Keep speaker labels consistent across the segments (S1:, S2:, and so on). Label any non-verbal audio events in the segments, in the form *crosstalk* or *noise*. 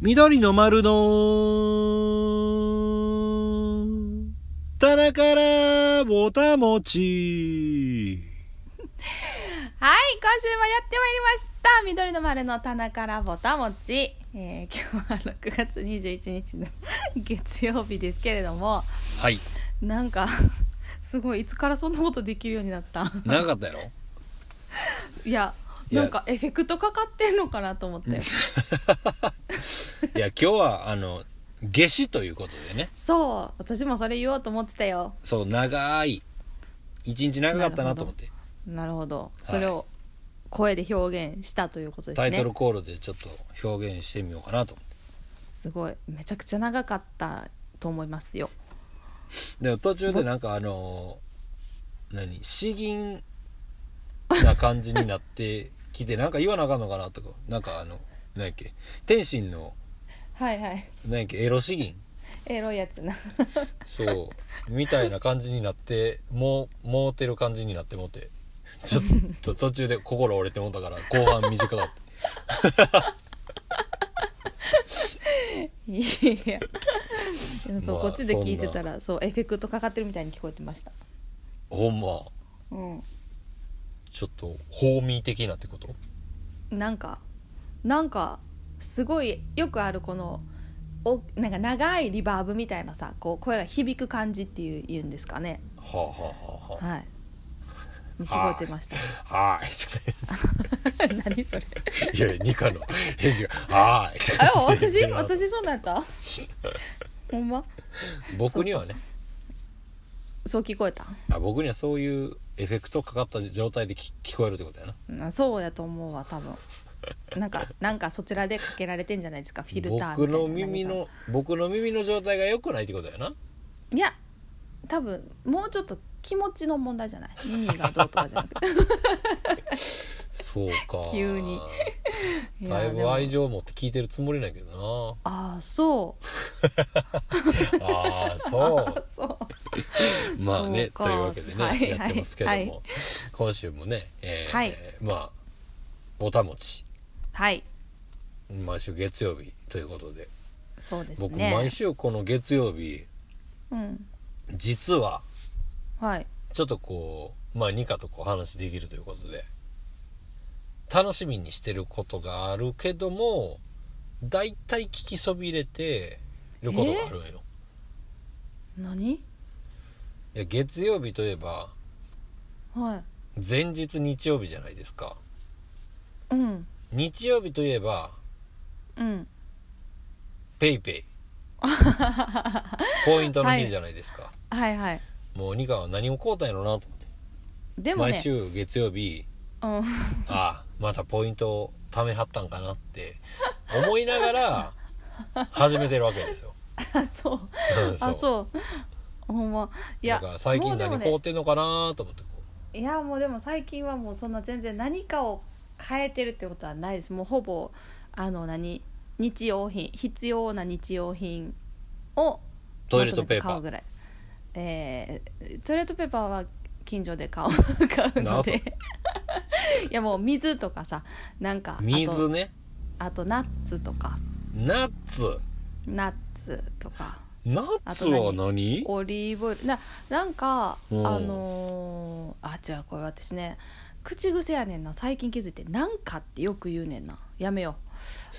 S1: 緑の丸の、棚からぼたもち。
S2: はい、今週もやってまいりました。緑の丸の棚からぼたもち。えー、今日は6月21日の月曜日ですけれども、
S1: はい。
S2: なんか、 *laughs* すごい、いつからそんなことできるようになった *laughs*
S1: 長かったやろ *laughs*
S2: いや、
S1: いや
S2: なんかエフェクトかかってんのかなと思って。
S1: いや、今日は、あの、夏至ということでね。
S2: そう、私もそれ言おうと思ってたよ。
S1: そう、長い。一日長かったなと思って。
S2: なるほど。それを声で表現したということです
S1: タ
S2: ね。
S1: イトルコールでちょっと表現してみようかなと思って。
S2: すごい、めちゃくちゃ長かったと思いますよ。
S1: でも途中でなんかあの、何、詩吟な感じになってきて、なんか言わなあかんのかなとか、なんかあの、何やっけ、天心の、
S2: はいはい。
S1: 何やっけ、エロ詩吟
S2: エロいやつな。
S1: そうみたいな感じになってもうもうてる感じになってもうてちょっ
S2: *laughs*
S1: と途中で心折れてもうたから後半短かっ
S2: いやでもそう、
S1: まあ
S2: こっちで聞いてたらそうエフェクトかかってるみたいに聞こえてました
S1: たほんま
S2: うん
S1: ちょっとホーミー的なってこと
S2: なんかなんかすごいよくあるこのおなんか長いリバーブみたいなさこう声が響く感じっていう言うんですかね
S1: はあはあは
S2: はいに聞こえてました
S1: あはあはー
S2: *laughs*
S1: *laughs*
S2: 何それ
S1: いいやいやニカの返事が「はーい」
S2: あ私私そうなん
S1: *laughs*
S2: やったほんま
S1: 僕にはね
S2: そう聞こえた
S1: あ僕にはそういうエフェクトかかった状態で聞聞こえるってことやな
S2: うんそうやと思うわ多分なんかなんかそちらでかけられてんじゃないですかフィルターみたいな
S1: 僕の耳
S2: 何か
S1: の僕の耳の状態が良くないってことやない
S2: や多分もうちょっと気持ちの問題じゃない耳がどうとかじゃな
S1: *laughs*
S2: くて
S1: そうか
S2: 急にい
S1: だい
S2: やで
S1: ぶ
S2: も
S1: 愛情を持って聞いてるつもりなんやけど
S2: ああそう *laughs*
S1: なああそ
S2: あそう
S1: うまあね
S2: そうか
S1: というわけでね、
S2: はい
S1: やってますけども、
S2: はい
S1: 今週もね、えー
S2: はい
S1: まあぼたもち
S2: *laughs* はい
S1: 毎週月曜日ということで
S2: そうですね
S1: 僕毎週この月曜日
S2: うん
S1: 実は
S2: はい
S1: ちょっとこうまあニカとこう話できるということで楽しみにしてることがあるけどもだいたい聞きそびれてることがあるんよ、
S2: 何
S1: いや月曜日といえば
S2: は
S1: 前日日曜日じゃないですか
S2: いうん
S1: 日曜日といえば
S2: うん
S1: ペイ
S2: *laughs*
S1: ペイポイントの日じゃないですか、
S2: はいはい
S1: もうニカは何を買うたんやろなと思って、
S2: でもね
S1: 毎週月曜日
S2: うん、 *laughs*
S1: ああまたポイントを貯めはったんかなって思いながら始めてるわけですよ、
S2: あそう
S1: うん
S2: *laughs* あ
S1: う
S2: そうほんまいや
S1: だから最
S2: も
S1: 近
S2: うでも
S1: 何
S2: ね
S1: 買うてんのかなと思ってこ
S2: いやもうでも最近はもうそんな全然何かを変えてるってことはないですもうほぼあの何日用品必要な日用品を
S1: うトイレットペーパ
S2: ま
S1: ー
S2: とめて買うぐらい、えートイレットペーパーは近所で買おう買う *laughs* のでいやもう水とかさなんかあと
S1: 水ね
S2: あとナッツとか
S1: ナッツ
S2: ナッツとか
S1: ナッツは何
S2: オリーブオイルななんかあ
S1: うん
S2: のーあ違うこれ私ね口癖やねんな最近気づいて「なんか」ってよく言うねんなやめよ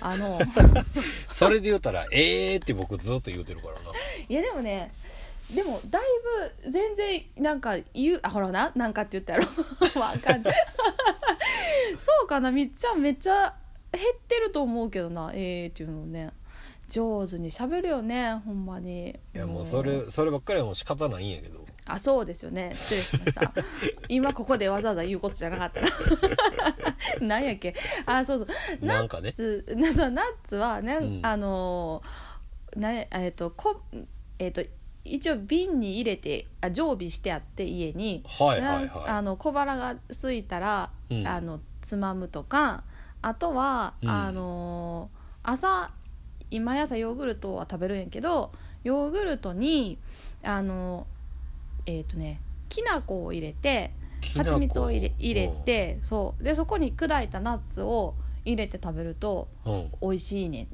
S2: うあの
S1: それで言うたら「ええ」って僕ずっと言うてるからない
S2: やでもねでもだいぶ全然なんか言うあほらななんかって言ったやろ *laughs* わかんないそうかなみっちゃんめっちゃ減ってると思うけどなええっていうのね上手に喋るよねほんまに
S1: いやもうそれそればっかりはもう仕方ないんやけど
S2: あそうですよね失礼しました今ここでわざわざ言うことじゃな *laughs* かったななんやっけあそうそう
S1: な
S2: ナ
S1: んかね
S2: ッツなそうナッツはなん、
S1: うん
S2: あのーなえっ、とこえっ、と一応瓶に入れてあ常備してあって家に、
S1: はいはい
S2: なんあ
S1: は
S2: の小腹が空いたら、
S1: うん
S2: あのつまむとかあとは、
S1: うん
S2: あのー朝毎朝ヨーグルトは食べるんやけどヨーグルトにあのーえっ、とねきな粉を入れて
S1: いきな粉
S2: 蜂蜜を入れ入れてそうでそこに砕いたナッツを入れて食べると
S1: うん、うん
S2: 美味しいねん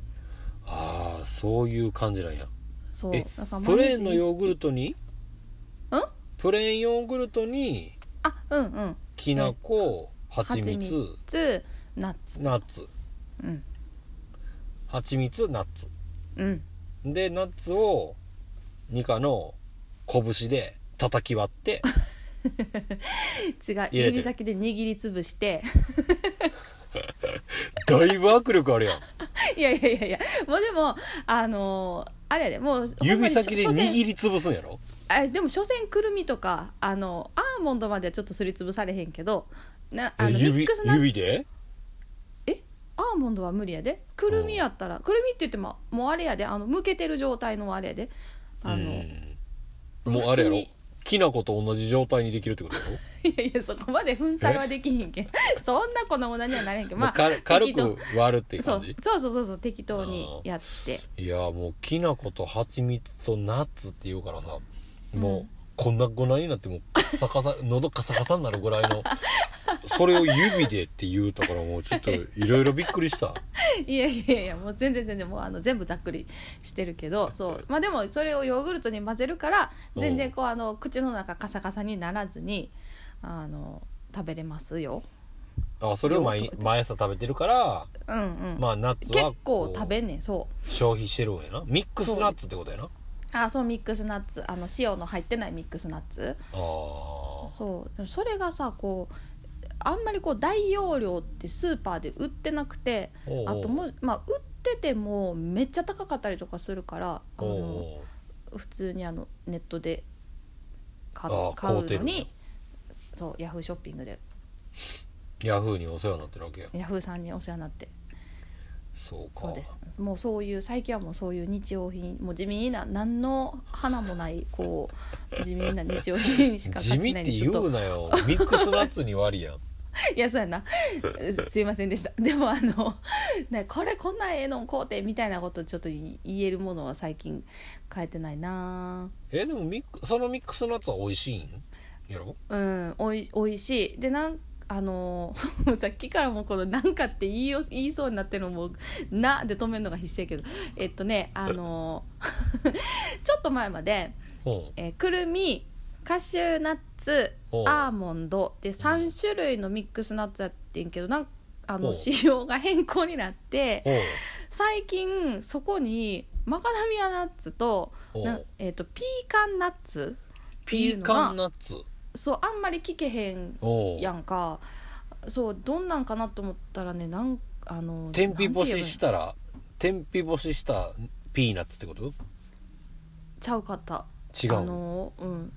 S1: ああそういう感じなんや
S2: そう
S1: え
S2: だから
S1: プレーンのヨーグル
S2: ト
S1: トに
S2: ん
S1: プレーンヨーグルトに
S2: あうんうん
S1: きな粉蜂
S2: 蜂
S1: 蜜
S2: 蜜つナッツ
S1: ナッツ
S2: うん
S1: 蜂蜜ナッツ
S2: うん
S1: でナッツをニカの拳で叩き割
S2: *laughs*
S1: って
S2: 違う
S1: てる
S2: 指先で握りつぶして *laughs*
S1: だいぶ握力あるやん
S2: いやいやいやいやもうでもあのーあれやでもうほんま
S1: 指
S2: に
S1: 先で
S2: 所詮
S1: 握りつぶすんやろ
S2: あでも所詮くるみとかあのアーモンドまではちょっとすりつぶされへんけどなあ
S1: え
S2: のミッ
S1: 指
S2: クスナッツ
S1: 指で
S2: アーモンドは無理やでくるみやったらくるみって言ってももうあれやであのむけてる状態のあれやであの、
S1: うんもうあれやろ
S2: 普通に
S1: きな粉と同じ状態にできるってことやろ、
S2: いやいやそこまで粉砕はできへん
S1: *laughs*
S2: けんそんな粉々にはなれへんけん
S1: もう
S2: *laughs* まあ
S1: か軽
S2: 適当
S1: く割るって
S2: そ
S1: 感
S2: う
S1: じ
S2: そうそうそうそう適当にやって
S1: いやもうきな粉と蜂蜜とナッツって言うからさもう、
S2: うん
S1: こんな粉になってもうカサカ
S2: *laughs*
S1: サ喉カサカサになるぐらいのそれを指でって言うところもうちょっといろいろびっくりした
S2: *laughs* いやいやいやもう全然全然もうあの全部ざっくりしてる
S1: *laughs*
S2: けどそうまあでもそれをヨーグルトに混ぜるから全然こうあの口の中カサカサにならずにあの食べれますよ
S1: あそれを毎毎朝食べてるから
S2: うんうん、
S1: まあナッツは
S2: 結構
S1: こう
S2: 食べんねんそう
S1: 消費してるんやなミックスナッツってことやな
S2: あそうミックスナッツあの塩の入ってないミックスナッツ
S1: あー
S2: そうでもそれがさこうあんまりこう大容量ってスーパーで売ってなくて
S1: おうおう
S2: あともう、まあ、売っててもめっちゃ高かったりとかするからあ
S1: おう
S2: の
S1: おう
S2: 普通にあのネットで買
S1: あ
S2: 買
S1: 買
S2: う
S1: うて
S2: の
S1: るね
S2: にそうヤフーショッピングで
S1: ヤフーにお世話になってるわけや
S2: ヤフーさんにお世話になって
S1: そうか
S2: そうですもうそういう最近はもうそういう日用品もう地味な何の花もないこう地味な日用品しか買
S1: 地
S2: って
S1: 味
S2: な
S1: っ
S2: い
S1: て
S2: んでち
S1: 言
S2: ょっと
S1: うなよミックスナッツに割りやん *laughs*
S2: いやそうやなすいませんでしたでもあの、ね、これこんなええのん買うてみたいなことちょっと言えるものは最近変えてないな
S1: えでもミックそのミックスナッツは美味しいんやろ
S2: うんおいおいしいでなんあの *laughs* もうさっきからもうこの「なんか」って言いよ言いそうになってるのも「な」で止めるのが必死やけどえっとねあの *laughs* ちょっと前まで、
S1: うん
S2: えーくるみカシューナッツ
S1: おう
S2: アーモンドで3種類のミックスナッツやってんけどなんあ
S1: お
S2: の
S1: う
S2: 仕様が変更になって
S1: おう
S2: 最近そこにマカダミアナッツと
S1: おう
S2: な、えー、とピーカンナッツってい
S1: ピ
S2: う
S1: ー
S2: のが
S1: カンナッツ
S2: そうあんまり聞けへん
S1: おう
S2: やんかそうどんなんかなと思ったらねなんあの
S1: 天日干
S2: なんて言えばいい
S1: し
S2: の
S1: したら天日干ししたピーナッツってこと
S2: ちゃうかった
S1: 違
S2: あ
S1: うの
S2: のうん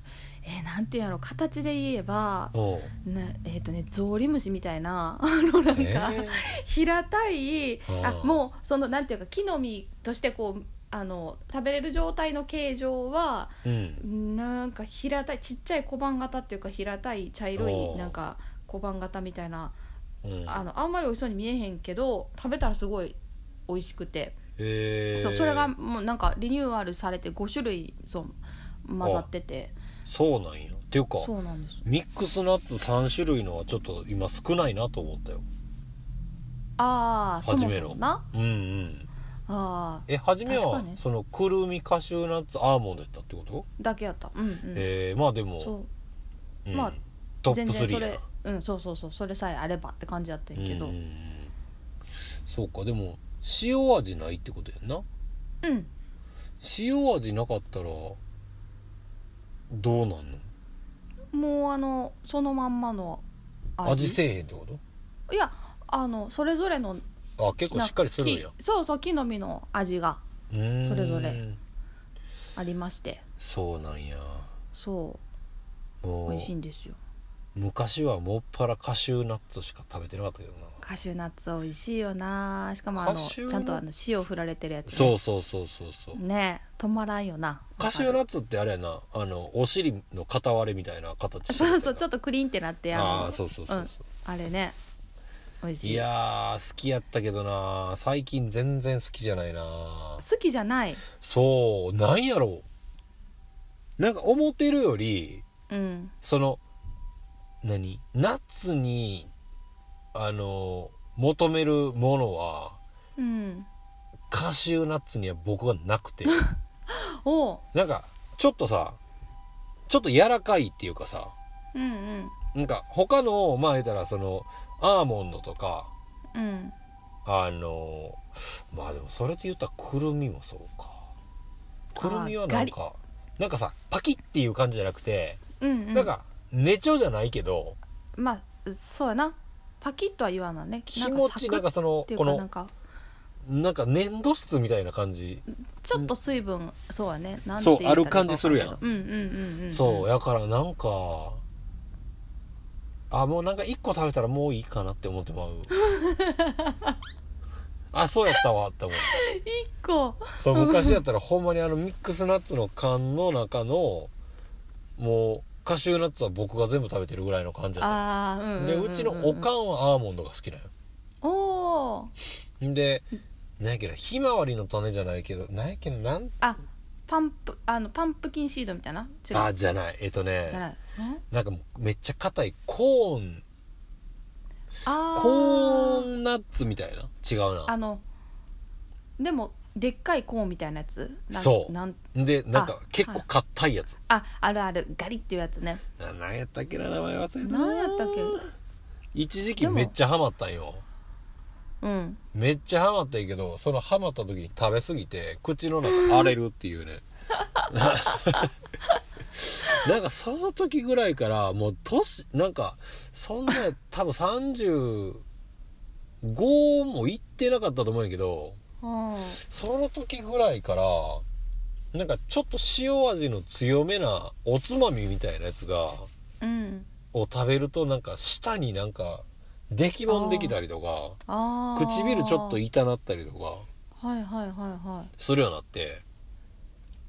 S2: えーなんていうんやろ形で言えば
S1: おう
S2: ねえっ、とねゾウリムシみたいなあのなんか、
S1: えー
S2: 平たいあ
S1: あー
S2: もうそのなんていうか木の実としてこうあの食べれる状態の形状は
S1: うん
S2: なんか平たいちっちゃい小判型っていうか平たい茶色
S1: お
S2: い
S1: ー
S2: なんか小判型みたいな
S1: うん
S2: あのあんまり美味しそうに見えへんけど食べたらすごい美味しくて、
S1: えー
S2: そうそれがもうなんかリニューアルされて5種類そう混ざってて
S1: そうなんやっていうか
S2: そうなんです
S1: ミックスナッツ3種類のはちょっと今少ないなと思ったよ
S2: ああそ
S1: 初
S2: も
S1: め
S2: そ
S1: の
S2: もな
S1: うんうん
S2: あー
S1: え初め
S2: 確
S1: は
S2: かに
S1: そのくるみカシューナッツアーモンドやったってこと、
S2: だけやったうんうん、
S1: えーまあでも
S2: そう
S1: うん
S2: まあ
S1: トッ
S2: 全
S1: プ
S2: 然
S1: 3
S2: そ
S1: や
S2: れうんそうそうそうそれさえあればって感じやったん
S1: な
S2: やけ
S1: う
S2: ど
S1: んうんうんそうかでも塩味ないってことやんな
S2: うん
S1: 塩味なかったらどうなんの
S2: もうあのそのまんまの
S1: 味せえへんってこ
S2: いやあのそれぞれの
S1: とあ結構しっかりするんや
S2: な木そうそう木の実の味が
S1: うーん
S2: それぞれありまして
S1: そうなんや
S2: そ
S1: も
S2: う
S1: う
S2: 美味しいんですよ
S1: 昔はもっぱらカシューナッツしか食べてなかったけどな
S2: カシューナッツ美味しいよなしかもあの
S1: カシューナッ
S2: ちゃんとあの塩振られてるやつ、ね、
S1: そうそうそうそうそう
S2: ねえ止まらんよな
S1: カシューナ
S2: ッ
S1: ッツってあれやなあのお尻の片割れみたいな形してる
S2: そうそうちょ
S1: っ
S2: っとクリンってなってあの
S1: ああーそうそうそうそう、
S2: あれね美味し
S1: い
S2: い
S1: やー好きやったけどな最近全然好きじゃないな
S2: 好きじゃない
S1: そうなんやろうなんか思ってるより
S2: うん
S1: その何ナッツにあの求めるものは
S2: うん
S1: カシューナッツには僕はなくて
S2: *laughs* おう
S1: なんかちょっとさちょっと柔らかいっていうかさ
S2: うんうん
S1: なんか他のまあ言うたらそのアーモンドとか
S2: うん
S1: あのまあでもそれで言ったらくるみもそうかくるみはなんかなんかさパキッっていう感じじゃなくて、
S2: うんうん
S1: なんかねちょじゃないけど
S2: まあそうやなパキッとは言わないね
S1: 気持ちな
S2: なんんか
S1: かその
S2: サクッっていう
S1: こ
S2: かな
S1: の
S2: んか
S1: なんか粘土質みたいな感じ、
S2: ちょっと水分そうやねなんて
S1: そう
S2: 言ったらいい
S1: ある感じするやん
S2: かわかないけどうんうんうんうん
S1: そう
S2: や
S1: やからなんかあもうなんか1個食べたらもういいかなって思ってま
S2: *laughs*
S1: うあそうやったわって思う
S2: 一個
S1: そう昔やったらほんまにあのミックスナッツの缶の中のもうカシューナッツは僕が全部食べてるぐらいの感じやっ
S2: ああうん
S1: た
S2: うん
S1: で
S2: ん
S1: うちのおかんはアーモンドが好きなんよ
S2: おお
S1: んで何やけどひまわりの種じゃないけど何やけどなん
S2: あパンプあのパンプキンシードみたいな違う
S1: あじゃないえっと
S2: じゃ
S1: ね
S2: ないん
S1: なんかもうめっちゃ硬いコーン
S2: あー
S1: コーンナッツみたいな違う
S2: あ
S1: な
S2: のでもでっかいコーンみたいなやつなん
S1: そう
S2: なん
S1: でなんか
S2: あ
S1: 結構硬いやつ
S2: ああるあるガリっていうやつね
S1: な何やったっけな名前忘れたな
S2: 何やったっ
S1: 一時期めっちゃハマったんよ
S2: けうん
S1: めっちゃハマったんやけどそのハマった時に食べ過ぎて口の中荒れるっていう
S2: *laughs*
S1: ねなんかその時ぐらいからもう年なんかそんな多分35もいってなかったと思うんやけど
S2: うん
S1: その時ぐらいからなんかちょっと塩味の強めなおつまみみたいなやつが
S2: うん
S1: を食べるとなんか舌になんかできもんできたりとか
S2: あー
S1: 唇ちょっと痛なったりとか
S2: はいはいはいはい
S1: するようになって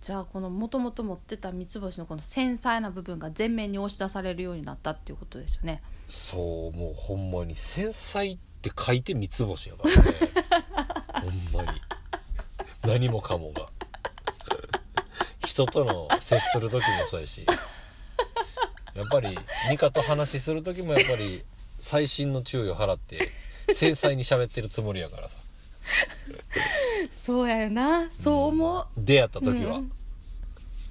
S2: じゃあこのもともと持ってた三つ星のこの繊細な部分が全面に押し出されるようになったっていうことですよね
S1: そうもうほんまに「繊細」って書いて三つ星やから *laughs* ねほんまに何もかもが人との接する時もそうやしやっぱりニカと話しする時もやっぱり細心の注意を払って繊細に喋ってるつもりやからさ
S2: *laughs* そうやよなそう思う、
S1: 出会った時は、
S2: うん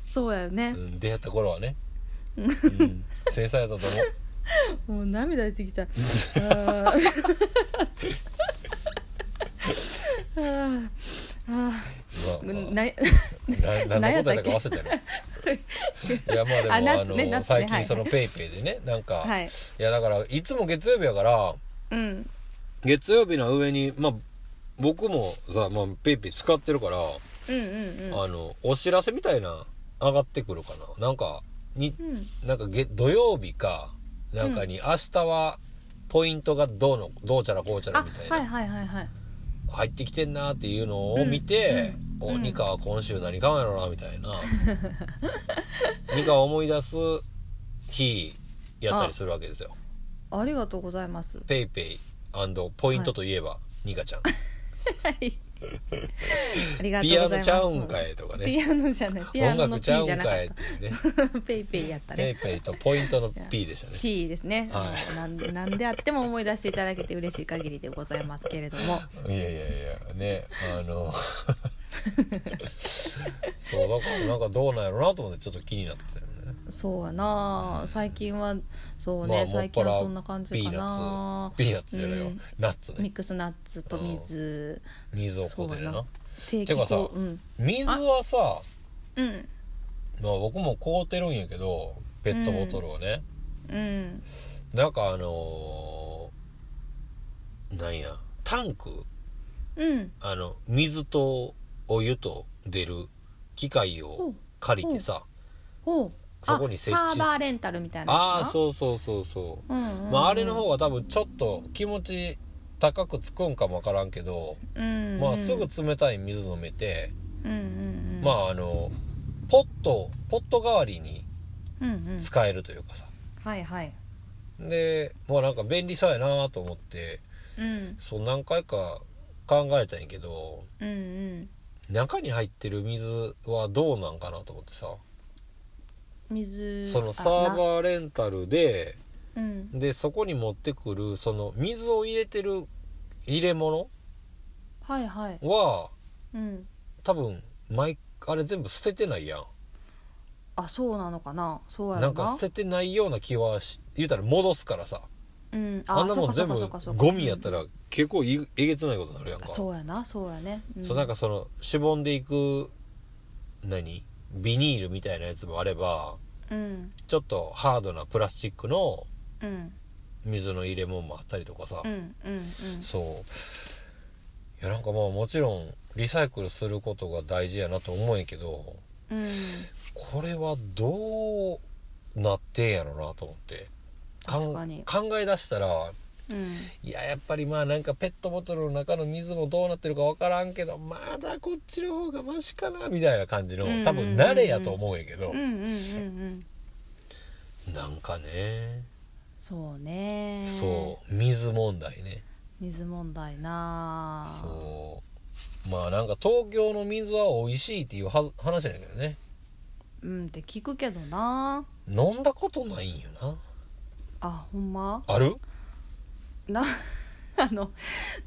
S2: そうやよね
S1: う、ん出会った頃はね、うん、繊細やったと思う
S2: もう涙出てきたあーあーあ *laughs*
S1: まあまあ
S2: ー
S1: な
S2: な
S1: 何のことやったか忘れたねいやまあ
S2: あ
S1: でもあ
S2: ナッツねナッ
S1: の
S2: ツ
S1: 最
S2: ね
S1: 近そのペイペイでねなんか
S2: はい
S1: いやだからいつも月曜日やから
S2: うん
S1: 月曜日の上にまあ僕もさまあペイペイ使ってるから
S2: うんうんうん
S1: あのお知らせみたいな上がってくるかななんかに
S2: うん
S1: なんかげ土曜日かなんかに明日はポイントがどうのどうちゃらこうちゃら
S2: あ
S1: みたい
S2: はい
S1: な
S2: はいはいはい
S1: 入ってきてんなっていうのを見て「
S2: う
S1: お
S2: んうん
S1: ニカは今週何買うんやろな」みたい
S2: *laughs*
S1: なニカを思い出す日やったりするわけですよ。
S2: ありがとうございます
S1: ペイペイポイントといえば、ニカちゃん
S2: はいありがとう
S1: ピア
S2: ご
S1: ノ
S2: ざいます
S1: ちゃうんかいとかね
S2: ピアノじゃないピア
S1: *laughs* 音
S2: ノの
S1: 楽
S2: P
S1: ちゃうん
S2: じゃなかっ
S1: かいっていうね
S2: た *laughs* ペイペイやった
S1: ペイ
S2: ね
S1: ペイとポイントの P でしたね
S2: P ですね、
S1: は
S2: なんなんであっても思い出していただけて嬉しい限りでございますけれども
S1: いやいやいやねあの *laughs* そうだからなんかどうなんやろうなと思ってちょっと気になってたよね
S2: そうやな最近はそうね、
S1: まあもっ
S2: 最近
S1: ぱら
S2: はそんな感じか
S1: ピーナ
S2: な
S1: ピーナッツじゃないよ、
S2: うん
S1: ナッツね
S2: ミックスナッツと水
S1: 水をこうてるな
S2: そう定
S1: て
S2: 期
S1: かさ
S2: 購うん
S1: 水はさ
S2: うん
S1: まあ僕も凍ってるんやけどペットボトルをね、
S2: うん
S1: なんかあのーなんやタンク
S2: うん
S1: あの水とお湯と出る機械を借りてさ
S2: ほう
S1: そこに設置
S2: あ
S1: す
S2: サーバーレンタルみたいな
S1: ああ
S2: う、
S1: そうそうそうそ
S2: うん
S1: う、
S2: うん
S1: まあ、あれの方が多分ちょっと気持ち高くつくんかもわからんけど、
S2: うんうん
S1: まあ、すぐ冷たい水飲めて、
S2: うんうんうん
S1: まああのポットポット代わりに
S2: うんうん
S1: 使えるというかさ
S2: はいはい
S1: でまあなんか便利そうやなと思って
S2: うん
S1: そう何回か考えたんやけど
S2: うんうん
S1: 中に入ってる水はどうなんかなと思ってさ
S2: 水
S1: そのサーバ
S2: ー
S1: ーレンタルで
S2: うん
S1: でそこに持ってくるその水を入れてる入れ物
S2: はいはい
S1: は
S2: うん
S1: 多分毎あれ全部捨ててないやん
S2: あそうなのかなそうや
S1: な
S2: ろ
S1: んか
S2: な
S1: 捨ててないような気はし言うたら戻すからさ
S2: うん
S1: あんな
S2: そ
S1: も
S2: うんか
S1: 全
S2: そう
S1: 部
S2: かそうかそうか
S1: ゴミやったら結構いえげつないことになるやんか
S2: そうやなそうやね、うん、
S1: そうなんかそのしぼんでいく何ビニールみたいなやつもあれば
S2: うん
S1: ちょっとハードなプラスチックの
S2: うん
S1: 水の入れ物もあったりとかさ、
S2: うんうんうん
S1: そういやなんかまあもちろんリサイクルすることが大事やなと思うんやけど
S2: うん
S1: これはどうなってんやろなと思ってかん
S2: 確かに
S1: 考え出したら
S2: うん
S1: いややっぱりまあなんかペットボトルの中の水もどうなってるか分からんけどまだこっちの方がマシかなみたいな感じの
S2: うんうんうんうん
S1: 多分慣れやと思うんやけど
S2: うんうんうんうん
S1: なんかね
S2: そうね
S1: そう水問題ね
S2: 水問題なあ
S1: そうまあなんか東京の水は美味しいっていうはず話なんやけどね
S2: うんって聞くけどな
S1: 飲んだことないんよな
S2: あほんま
S1: ある
S2: な *laughs* あの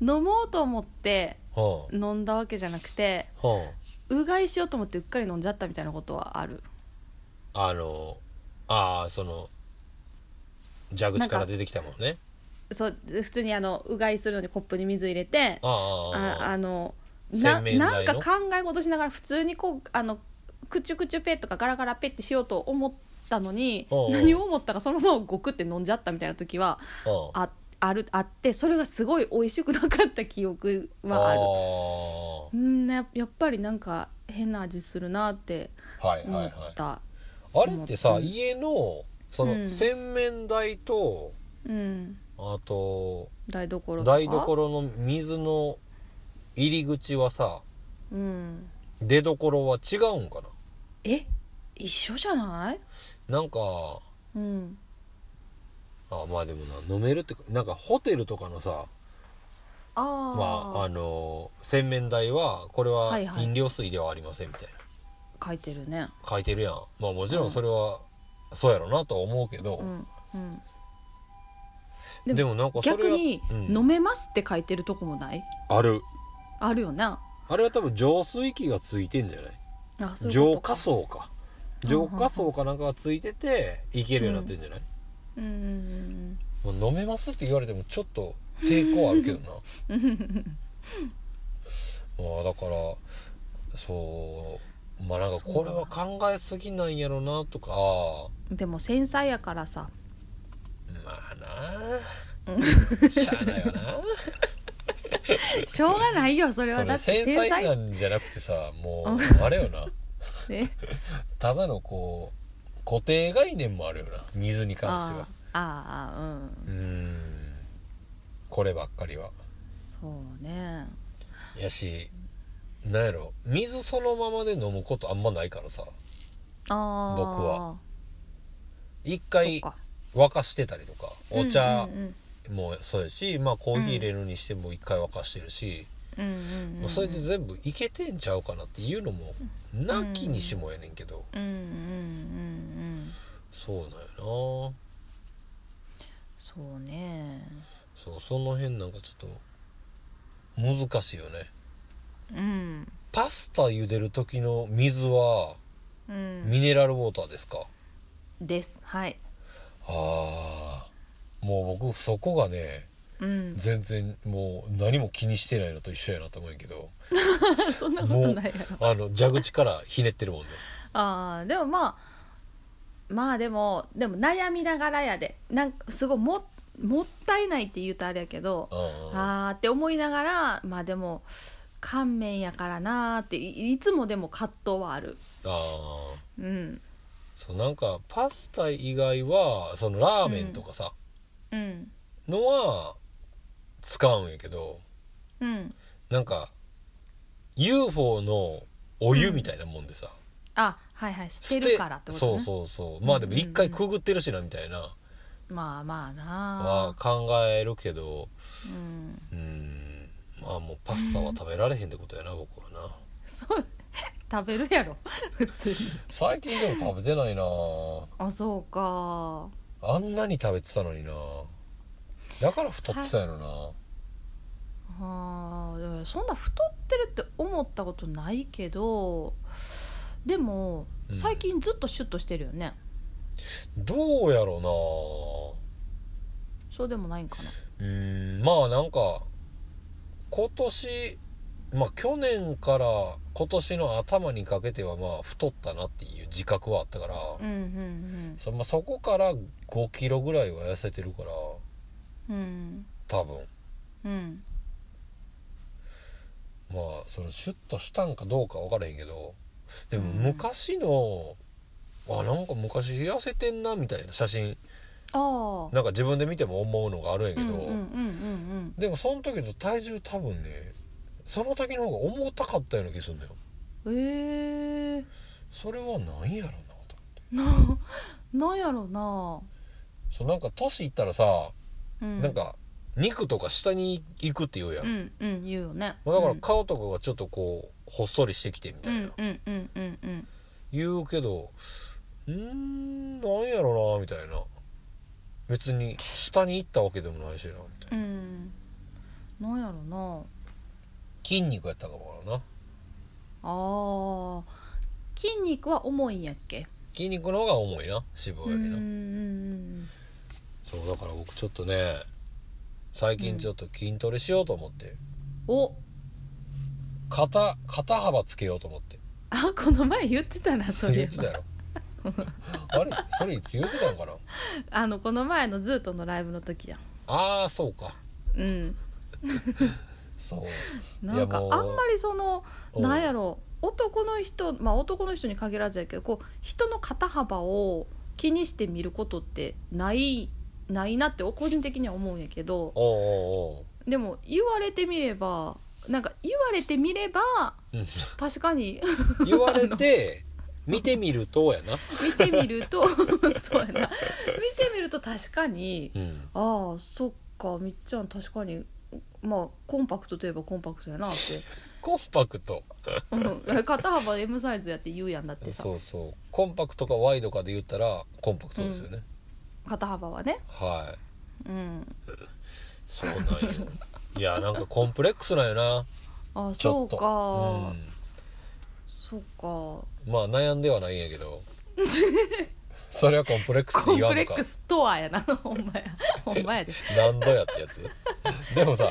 S2: 飲もうと思って
S1: は
S2: 飲んだわけじゃなくて
S1: あは
S2: うがいしようと思ってうっかり飲んじゃったみたいなことはある
S1: ああのああその蛇口から出てきたもんね
S2: そう普通にあのうがいするのにコップに水入れて
S1: ああ
S2: あ
S1: あああ
S2: あの
S1: 洗
S2: な
S1: 面台
S2: な
S1: の
S2: んか考え事しながら普通にこうあのクチュクチュペとかガラガラペってしようと思ったのに
S1: おうおう
S2: 何を思ったかそのままゴクって飲んじゃったみたいな時は
S1: あ
S2: ああるあってそれがすごい美味しくなかった記憶はある
S1: あ
S2: うんややっぱりなんか変な味するなって
S1: あはい
S2: 思
S1: はいは
S2: っ
S1: い
S2: た、
S1: あれってさ
S2: うん
S1: 家のそうの
S2: ん
S1: 洗面台と、
S2: うん
S1: あと
S2: 台所とか
S1: 台所の水の入り口はさ
S2: うん
S1: 出所は違うんか
S2: え一緒じゃない
S1: ななんか
S2: うん
S1: あまあでもな飲めるってかなんかホテルとかのさ
S2: あー
S1: まああの洗面台はこれは
S2: はいはい
S1: 飲料水ではありませんみたいな、
S2: 書いてるね
S1: 書いてるやんまあもちろんそれはそうやろなとは思うけど、
S2: うんうん
S1: で
S2: で
S1: も
S2: も
S1: なんかそれは
S2: 逆に「
S1: うん
S2: 飲めます」って書いてるとこもない
S1: ある
S2: あるよな
S1: あれは多分浄水器がついてんじゃない
S2: あそういう
S1: 浄
S2: こと
S1: 化
S2: か
S1: 槽か浄化槽かなんかがついてていけるようになってんじゃない、
S2: うんうん
S1: もう飲めますって言われてもちょっと抵抗あるけどな
S2: *laughs*
S1: まあだからそうまあなんかこれは考えすぎなんやろなとか
S2: うんでも繊細やからさ
S1: まあなしゃあないよな
S2: *laughs* しょうがない *laughs* よそれはだって
S1: 繊
S2: 繊
S1: 細な
S2: 細
S1: んじゃなくてさも
S2: う
S1: うあれよな
S2: ね
S1: ただのこう固定概念もあるよな水に関して
S2: あ
S1: は
S2: あああうん
S1: うーんこればっかりは
S2: そうね
S1: やしなんやろ水そのままで飲むことあんまないからさ
S2: ああ
S1: 僕は一
S2: そ
S1: 回
S2: うか
S1: 沸かしてたりとかお茶
S2: うんうん
S1: もそうやし、まあコーヒー入れるにしても一回沸かしてるし、
S2: うんうんうん
S1: もうそれで全部いけてんちゃうかなっていうのもなきにしもやねんけど、
S2: うんうんうんうん
S1: そうなんよ
S2: そうね
S1: なそうその辺なんかちょっと難しいよね
S2: うん
S1: パスタ茹でる時の水は
S2: うん
S1: ミネラルウォーターですか、
S2: ですはい
S1: ああもう僕そこがね *laughs*
S2: うん
S1: 全然もう何も気にしてないのと一緒やなと思うんやけど
S2: *laughs* そんなこ
S1: も
S2: と
S1: う
S2: ないやろ
S1: あの蛇口からひねってるもんね
S2: あーでもまあまあでもでも悩みながらやでなんかすごいももったいないって言うとあれやけど
S1: あ
S2: あーって思いながらまあでも乾麺やからなーっていいつもでも葛藤はある
S1: ーあー
S2: うん
S1: そうなんかパスタ以外はそのラーメンとかさ、
S2: うん
S1: のは使うんやけど
S2: うん
S1: なんか UFO のお湯みたいなもんでさ、
S2: あはいはい捨
S1: 捨
S2: てるからってことね
S1: そうそうそうまあでも一回くぐってるしなみたいな
S2: まあまあ
S1: は
S2: なあ
S1: 考えるけど
S2: うん
S1: うーんまあもうパスタは食べられへんってことやな僕はな
S2: そう *laughs* 食べるやろ普通に
S1: 最近でも食べてないな
S2: あそうか
S1: あんなに食べてたのになだから太ってたやろな
S2: ああーいやそんな太ってるって思ったことないけどでも
S1: うん
S2: 最近ずっとシュッとしてるよね、
S1: どうやろ
S2: そうでもないんかな
S1: うなうーんまあなんか今年まあ去年から今年の頭にかけてはまあ太ったなっていう自覚はあったから、
S2: うんうん
S1: そまあ、そこから5キロぐらいは痩せてるから
S2: うんうん
S1: 多分
S2: うん
S1: まあそのシュッとしたんかどうか分からへんけどでも
S2: うん
S1: 昔の、あなんか昔痩せてんなみたいな写真
S2: ああ
S1: なんか自分で見ても思うのがあるんやけ
S2: うん
S1: ど、
S2: うんうんうん
S1: でもその時と体重多分ねその時の方が重たかったような気するんだよ
S2: うんええ
S1: それは何やろなと
S2: ななんやろな、
S1: そうなんか年いったらさ、
S2: うん、
S1: なんか肉とか下に行くって言うやん、
S2: うんうん言うよね
S1: まあだから顔とかがちょっとこうほっそりしてきてみた
S2: う
S1: いな、
S2: んうんうんうんうん
S1: 言うけどうーんなんやろなみたいな別に下に行ったわけでもないしなみたいな
S2: うんうんなんやろな
S1: 筋肉やったかもな
S2: あー筋肉は重いんやっけ
S1: 筋肉の方が重いな脂肪
S2: う
S1: よ
S2: ん
S1: り
S2: うん
S1: な、
S2: うん
S1: そうだから僕ちょっとね最近ちょっと筋トレしようと思って、
S2: お
S1: 肩肩幅つけようと思って
S2: あこの前言ってた
S1: *laughs*
S2: なそ
S1: 言
S2: れ
S1: ってたやろ
S2: *laughs*
S1: あれそれいつ言ってたんかな
S2: あのこの前のズートのライブの時じゃん
S1: ああそうか
S2: うん
S1: そう
S2: なん
S1: いや
S2: か
S1: もう
S2: あんまりその
S1: うん
S2: なんやろ男の人まあ男の人に限らずやけどこう人の肩幅を気にして見ることってないないなって個人的には思うんやけ
S1: お
S2: ど
S1: うおうおう
S2: でも言われてみればなんか言われてみれば
S1: うん
S2: 確かに
S1: 言われて見てみるとやな
S2: 見てみると *laughs* そうやな見てみると確かに
S1: うん
S2: ああそっかみっちゃん確かにまあコンパクトといえばコンパクトやなって、
S1: コンパクト
S2: うん、 *laughs* 肩幅 M サイズやって言うやんだってさ
S1: そうそうコンパクトかワイドかで言ったらコンパクトですよね、
S2: 肩幅はね
S1: はい
S2: うん
S1: そうなんよいやなんかコンプレックスなんよな
S2: ああ
S1: ちょ
S2: そ
S1: っ
S2: う
S1: と
S2: か、そうか
S1: うん、まあ悩んではないんやけどそれはコンプレックスって
S2: コン
S1: 言わ
S2: プ
S1: ん
S2: レ
S1: の
S2: ッ
S1: か
S2: クスとはやな *laughs* ほんまやほんまやで
S1: なんぞやってやつでもさ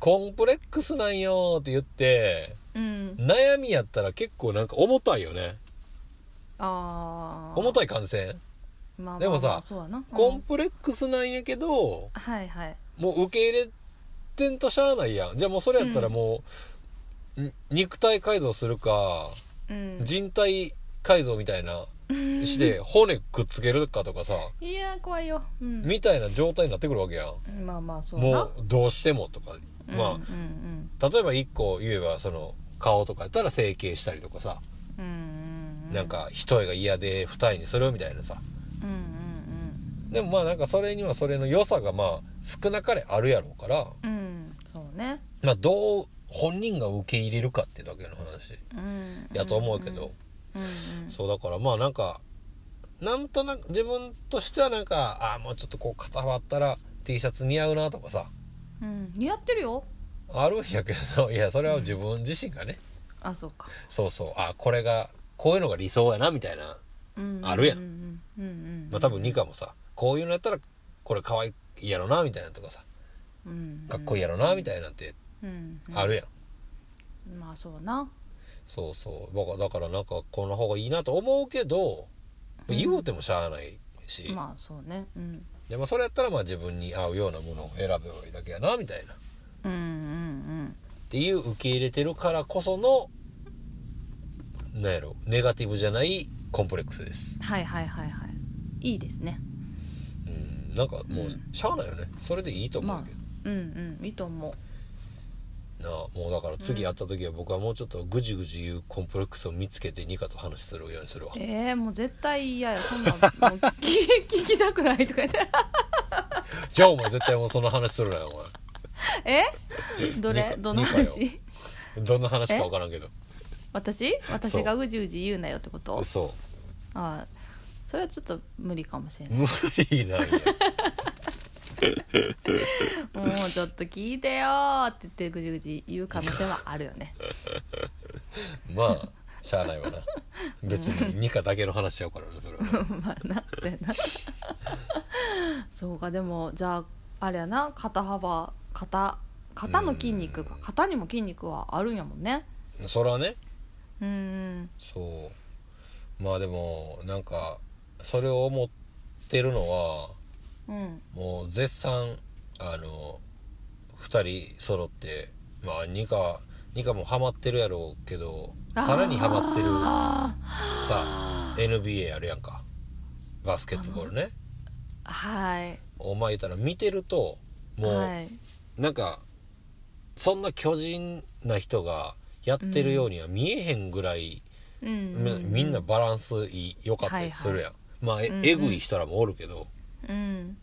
S1: コンプレックスなんよって言って
S2: うん
S1: 悩みやったら結構なんか重たいよね
S2: ああ
S1: 重たい感染
S2: まあまあまあ
S1: でもさ
S2: そうやな、うん
S1: コンプレックスなんやけど、
S2: はいはい
S1: もう受け入れてんとしゃあないやんじゃあもうそれやったらもう、ん肉体改造するか
S2: うん
S1: 人体改造みたいなして骨くっつけるかとかさ
S2: いやー怖いよ、うん、
S1: みたいな状態になってくるわけやん
S2: まあまあそうやな
S1: もうどうしてもとか、
S2: うん
S1: ま
S2: うん
S1: あ例えば1個言えばその顔とかやったら整形したりとかさ、
S2: うんうんう
S1: なんか一重が嫌で二重にするみたいなさ
S2: うんうん
S1: でもまあなんかそれにはそれの良さがまあ少なかれあるやろうから
S2: うんうんそうね
S1: まあどう本人が受け入れるかってだけの話
S2: うん
S1: やと思うけど、
S2: うんうん
S1: そうだからまあなんかなんとなく自分としてはなんかああもうちょっとこう肩張ったら T シャツ似合うなとかさ
S2: うん似合ってるよ
S1: あるんやけどいやそれは自分自身がね、
S2: あそうか
S1: そうそうああこれがこういうのが理想やなみたいな
S2: うん
S1: あるやん
S2: うんうんうん
S1: まあ多分ニカもさこういうのやったらこれ可愛いやろなみたいなとかさ
S2: うん
S1: かっこいいやろなみたいなんて
S2: うんうん
S1: あるやん、
S2: まあそうな
S1: そうそうだからだからなんかこの方がいいなと思うけど
S2: うん
S1: 言うてもしゃあないし、
S2: まあそうねうん
S1: でまあそれやったらまあ自分に合うようなものを選べばいいだけやなみたいなっ
S2: うんうん
S1: ていう受け入れてるからこそのなんやろネガティブじゃないコンプレックスです
S2: うんはいはいはいはいいいですね
S1: うんなんかもう
S2: うん
S1: しゃあないよねそれでいいと思うけど、
S2: うんうんいいと思う
S1: なあもうだから次会った時は僕はもうちょっとぐじぐじ言うコンプレックスを見つけてニカと話するようにするわ
S2: えー、もう絶対嫌やそんなんもう聞
S1: *laughs*
S2: 聞きたくないとか言って
S1: じゃあお前絶対もうその話するなよお
S2: えどれ
S1: ニカ
S2: どの
S1: ニ
S2: 話
S1: 前 *laughs* どんな話か分からんけど
S2: 私私がうじうじ言うなよってこと
S1: そ
S2: ああそれはちょっと無理かもしれ
S1: う
S2: ない
S1: 無理なんや
S2: もうちょっと聞いてよーって言ってぐじぐじ言う可能性はあるよね *laughs*
S1: まあしゃあないわな別に二課だけの話やからねそれは
S2: まあなそうやなそうかでもじゃああれやな肩幅肩肩の筋肉か
S1: うん
S2: 肩にも筋肉はあるんやもんね
S1: それはね
S2: うん
S1: そうまあでもなんかそれを思ってるのは
S2: うん
S1: もう絶賛あの2人揃ってまあニカニカもハマってるやろうけどさらにハマってる
S2: あ
S1: さ NBA あるやんかバスケットボールね
S2: ーはい
S1: お前言ったら見てるともう、
S2: はい
S1: なんかそんな巨人な人がやってるようには見えへんぐらい、
S2: うん
S1: みみんなバランスいい良かったりするやん、まあえ,、
S2: うんうん
S1: ぐい人らもおるけど
S2: うん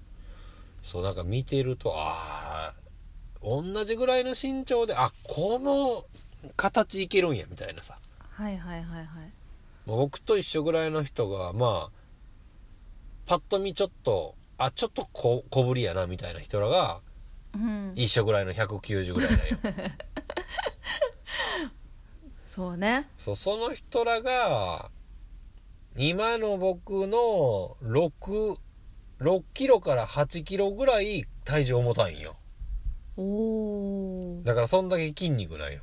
S1: そうなんか見てるとああ同じぐらいの身長であこの形いけるんやみたいなさ
S2: はいはいはいはい
S1: まあ僕と一緒ぐらいの人がまあパッと見ちょっとあちょっと小小ぶりやなみたいな人らが
S2: うん
S1: 一緒ぐらいの190ぐらいなんよ
S2: そうね
S1: そうその人らが今の僕の66キロから8キロぐらい体重重たいんよ
S2: おお
S1: だからそんだけ筋肉なんよ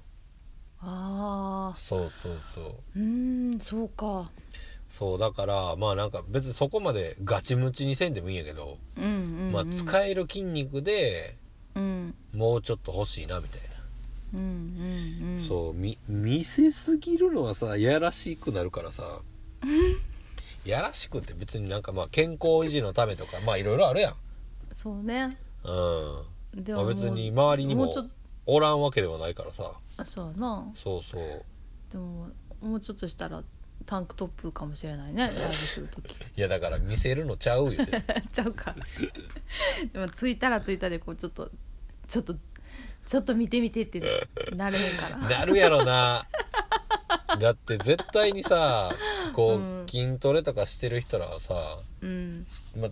S2: ああ
S1: そうそうそう
S2: うーんそうか
S1: そうだからまあなんか別にそこまでガチムチにせんでもいいんやけど、
S2: うんうん、うん、
S1: まあ使える筋肉で
S2: うん
S1: もうちょっと欲しいなみたい
S2: うんうんう
S1: な、
S2: ん
S1: そうみ見せすぎるのはさやらしくなるからさやらしくって別になんかまあ健康維持のためとかまあいろいろあるやん
S2: そうね
S1: うん
S2: で
S1: まあ、
S2: もう
S1: 別に周りに
S2: う
S1: も
S2: ちょっと
S1: おらんわけではないからさ
S2: あそうやな
S1: そうそう
S2: でももうちょっとしたらタンクトップかもしれないねライブする
S1: *laughs*
S2: 時
S1: いやだから見せるのちゃう言
S2: *laughs*
S1: うて
S2: ちゃうかでも着いたら着いたでこうちょっとちょっとちょっと見てみてってなれへんから
S1: なるやろなだって絶対にさこう、
S2: うん
S1: 筋トレとかしてる人らはさ、
S2: うん
S1: ま、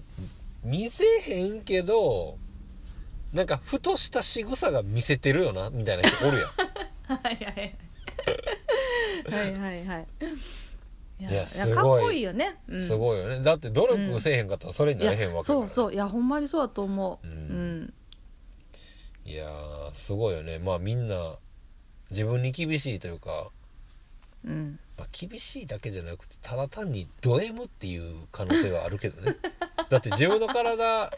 S1: 見せへんけどなんかふとした仕草が見せてるよなみたいな人おるや
S2: はいはいはいはいはいはいい
S1: いや
S2: や
S1: すごい、
S2: かっこいいよね、 *laughs* うんん、
S1: すごいよねだって努力せえへんかったらそれに
S2: い
S1: なれへん
S2: や
S1: わけだから、
S2: そうそういやほんまにそうだと思う
S1: う
S2: うんん、
S1: いやーすごいよねまあみんな自分に厳しいというか
S2: うん
S1: まあ、厳しいだけじゃなくてただ単にド M っていう可能性はあるけど *laughs* ねだって自分の体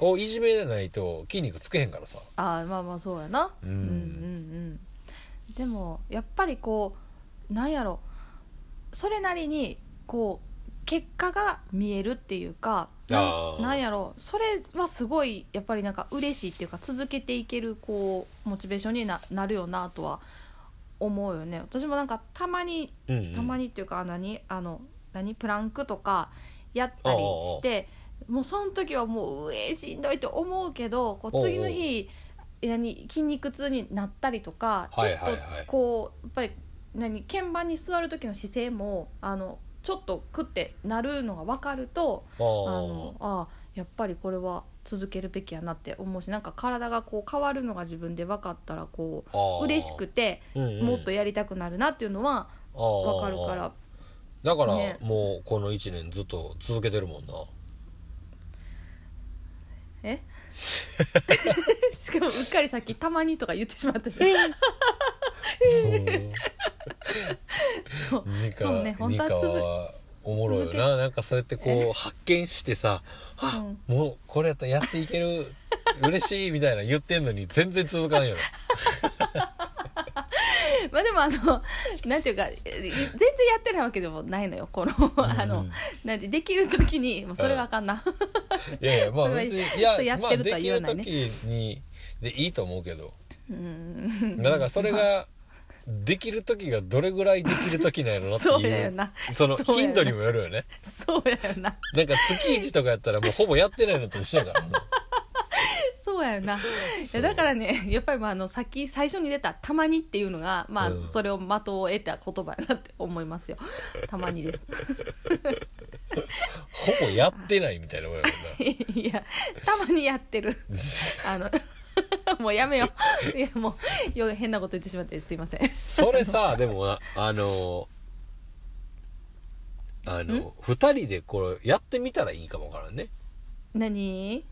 S1: をいじめないと筋肉つけへんからさ
S2: あーまあまあそうやな、
S1: うん
S2: うん、うんうんでもやっぱりこうなんやろそれなりにこう結果が見えるっていうか
S1: あ
S2: な
S1: ー
S2: なんやろそれはすごいやっぱりなんか嬉しいっていうか続けていけるこうモチベーションにななるよなとは思うよね私もなんかたまに
S1: うんうん
S2: たまにっていうかあ何あの何プランクとかやったりしてもうその時はもううえしんどいと思うけどこ
S1: おう
S2: う
S1: おう
S2: 次の日何筋肉痛になったりとかちょ
S1: はい
S2: っ
S1: はいはい
S2: とこうやっぱり何鍵盤に座る時の姿勢もあのちょっとくってなるのが分かると
S1: あー
S2: あのあやっぱりこれは続けるべきやなって思うしなんか体がこう変わるのが自分で分かったらこ
S1: あー
S2: う嬉しくて
S1: うんうん
S2: もっとやりたくなるなっていうのは
S1: あー
S2: 分かるから。
S1: だから
S2: ね
S1: もうこの1年ずっと続けてるもんな
S2: えしかもうっかりさっき「たまに」とか言ってしまっ
S1: *laughs*
S2: たしそう
S1: ニカ
S2: そうね本当は続
S1: ニカはおもろいよ
S2: 続け
S1: ななんかそうやってこう発見してさ「あ
S2: うん
S1: もうこれやったらやっていける嬉しい」みたいな言ってんのに全然続かんよ
S2: *laughs*
S1: ね
S2: まあでもあのなんていうかえ全然やってないわけでもないのよこのあの、
S1: うん
S2: なんてできる時にもうそれがあかんな
S1: いやいやまあ
S2: それは
S1: 別にい
S2: そうや
S1: や
S2: っ
S1: ま
S2: て
S1: あ
S2: る
S1: で
S2: とは
S1: き
S2: 言わ
S1: る
S2: ない
S1: 時
S2: ね
S1: にでいいと思うけど
S2: うん
S1: まあだからそれができる時がどれぐらいできる時なんやろなって
S2: そうや
S1: い
S2: よ
S1: う
S2: な
S1: その
S2: そうやよな
S1: 頻度にもよるよね
S2: *laughs* そうやよな
S1: なんか月一とかやったらもうほぼやってないのと一緒やからな
S2: そうやよないうやだからねやっぱりまああのさっき最初に出た「たまに」っていうのが、まあ
S1: うん
S2: それを的を得た言葉やなって思いますよたまにです
S1: ほぼやってないみたいなもんやもん
S2: *laughs*
S1: な
S2: *laughs* いやたまにやってるあの *laughs* もうやめよういやもうよ変なこと言ってしまってすいません
S1: それさ *laughs* でもなあのあの2人でこれやってみたらいいかもわからんね
S2: 何
S1: い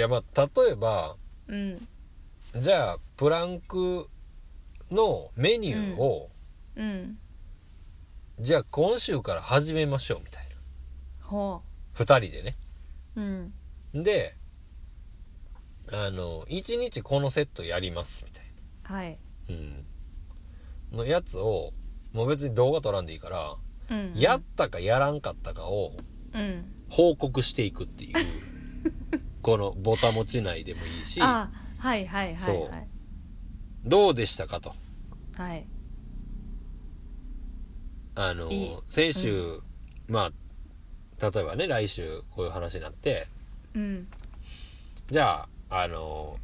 S1: やまあ例えば
S2: うん
S1: じゃあプランクのメニューを、
S2: うん
S1: じゃあ今週から始めましょうみたい
S2: ほ
S1: な2人でね
S2: ううん
S1: であの1日このセットやりますみたい
S2: はい
S1: な、うん、のやつをもう別に動画撮らんでいいから、
S2: うん
S1: やったかやらんかったかを
S2: うん
S1: 報告していくっ
S2: *laughs*
S1: ていうこのボタ持ち内でもいいし
S2: あはいはいはい
S1: そ
S2: はい
S1: どうでしたかと
S2: はい
S1: あの
S2: いい
S1: 先週、まあ例えばね来週こういう話になって
S2: うん
S1: じゃああの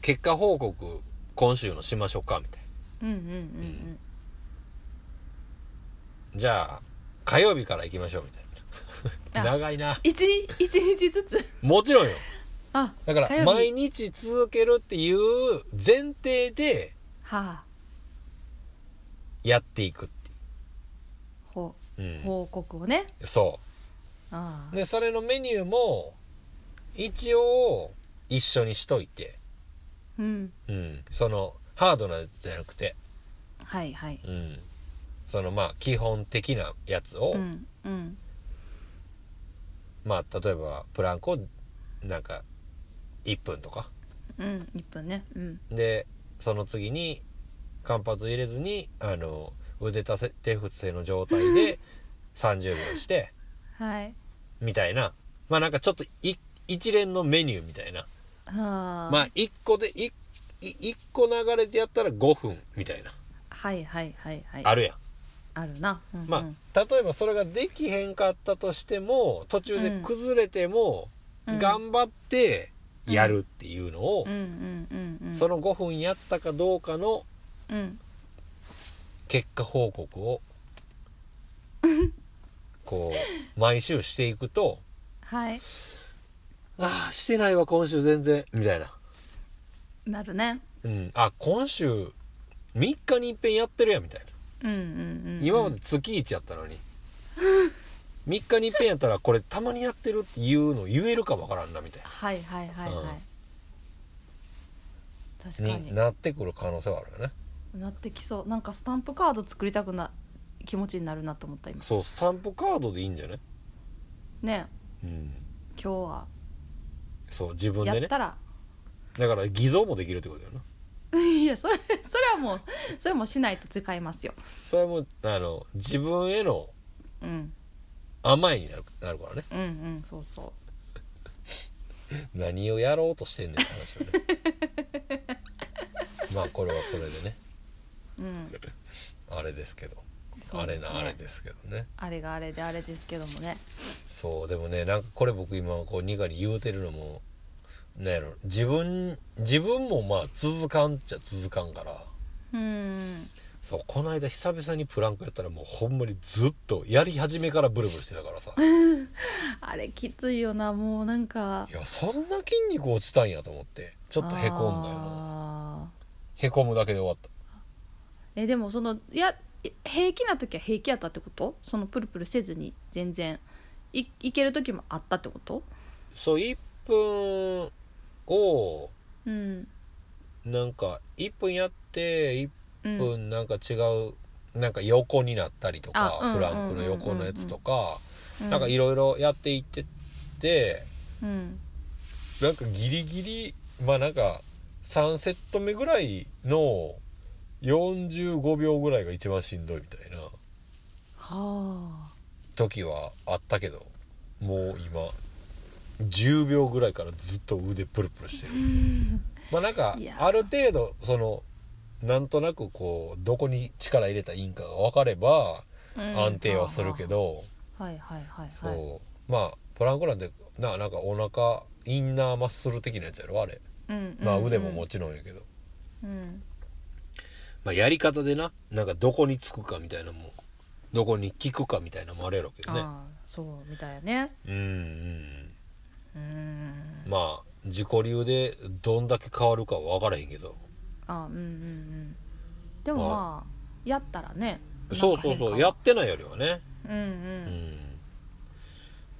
S1: 結果報告今週のしましょうかみたい
S2: うんうんうん
S1: なじゃあ火曜日から行きましょうみたいな
S2: あ
S1: 長いな
S2: うん一日一日ずつ *laughs*
S1: もちろんよ
S2: あ
S1: だか
S2: 火
S1: ら
S2: 曜日
S1: 毎日続けるっていう前提で
S2: はあ
S1: やっていくって
S2: ほ
S1: いう、うん、
S2: 報告をね
S1: そ
S2: あ
S1: うでそれのメニューも一応一緒にしといて、
S2: あうん
S1: うん、そのハードなやつじゃなくて
S2: はいはい
S1: うん、そのまあ基本的なやつを、
S2: うんうん
S1: まあ例えばプランクをなんか1分とか
S2: うん一分ねうん
S1: でその次に間髪入れずにあの腕立て伏せの状態
S2: *laughs*
S1: で30秒して
S2: はい
S1: みたいなまあなんかちょっとい一連のメニューみたいな
S2: はあ
S1: まあ1個で1個流れてやったら5分みたいな
S2: はいはいはいはい
S1: あるやん
S2: あるな、うんうん
S1: まあ例えばそれができへんかったとしても途中で崩れても、
S2: うん
S1: 頑張ってやるっていうのを、
S2: うんうんうんうん
S1: その5分やったかどうかの
S2: うん
S1: 結果報告
S2: *laughs*
S1: をこう毎週していくと
S2: はい
S1: 「ああしてないわ今週全然」みたいな
S2: なるね
S1: 「うん、あ今週3日にいっぺんやってるやん」みたいな
S2: うんうんうん
S1: 今まで月1やったのに。3日にいっぺんやったらこれたまにやってるっていうの言えるかわからんなみたいな
S2: はいはいはいはい、確か
S1: に
S2: に
S1: なってくる可能性はあるよね
S2: なってきそうなんかスタンプカード作りたくな気持ちになるなと思った今
S1: そうスタンプカードでいいんじゃない、
S2: ね
S1: うん、
S2: 今日は
S1: そう自分
S2: や
S1: で
S2: っ
S1: ね
S2: たら、 *laughs*
S1: だから偽造もできるってことだよない
S2: やそれそれはもうそれはもうしないと誓いますよ
S1: それはもうあの自分への
S2: うん
S1: 甘えになるなるからね
S2: うんうんそうそ
S1: 何をやろうとしてんねんって話よね
S2: *laughs*
S1: まあこれはこれでね
S2: ううん
S1: あれですけど
S2: そ
S1: あ
S2: う
S1: れ
S2: ですね
S1: なあれですけどね
S2: あれがあれであれですけどもね
S1: そうでもねなんかこれ僕今こうにがり言うてるのもなんやろ自分自分もまあ続かんっちゃ続かんから
S2: うん
S1: そうこの間久々にプランクやったらもうほんまにずっとやり始めからブルブルしてたから
S2: *laughs*
S1: さい
S2: あれきついよなもうなんか
S1: やそんな筋肉落ちたんやと思ってちょっとへこんだよな
S2: な
S1: へこむだけで終わった
S2: えでもそのいや平気な時は平気やったってことそのプルプルせずに全然いいける時もあったってこと
S1: そう1分を
S2: うん
S1: なんか1分やって
S2: う
S1: 1
S2: ん
S1: 分なんか違う、なんか横になったりとか、
S2: あうん
S1: プランクの横のやつとか、
S2: うん
S1: なんかいろいろやっていってって
S2: うん
S1: なんかギリギリまあなんか3セット目ぐらいの45秒ぐらいが一番しんどいみたいな
S2: はあ
S1: 時はあったけどもう今10秒ぐらいからずっと腕プルプルしてるまあなんか
S2: いやー
S1: ある程度そのなんとなくこうどこに力入れたらいいんかが分かれば
S2: うん
S1: 安定はするけど、
S2: はいはいはい
S1: そ
S2: はいう
S1: まあプランクなんてななんかお腹インナーマッスル的なやつやろあれ
S2: うん
S1: まあ腕ももちろんやけど、
S2: うん
S1: まあ、やり方でななんかどこにつくかみたいなのもどこに効くかみたいなのもあれやろうけどね
S2: あそうみたいやね
S1: うんうん
S2: うーん
S1: まあ自己流でどんだけ変わるかは分からへんけど
S2: あうんうんうんでもまあやったらね
S1: そうそうそうや
S2: や
S1: ってないよりはね
S2: うんう
S1: うんん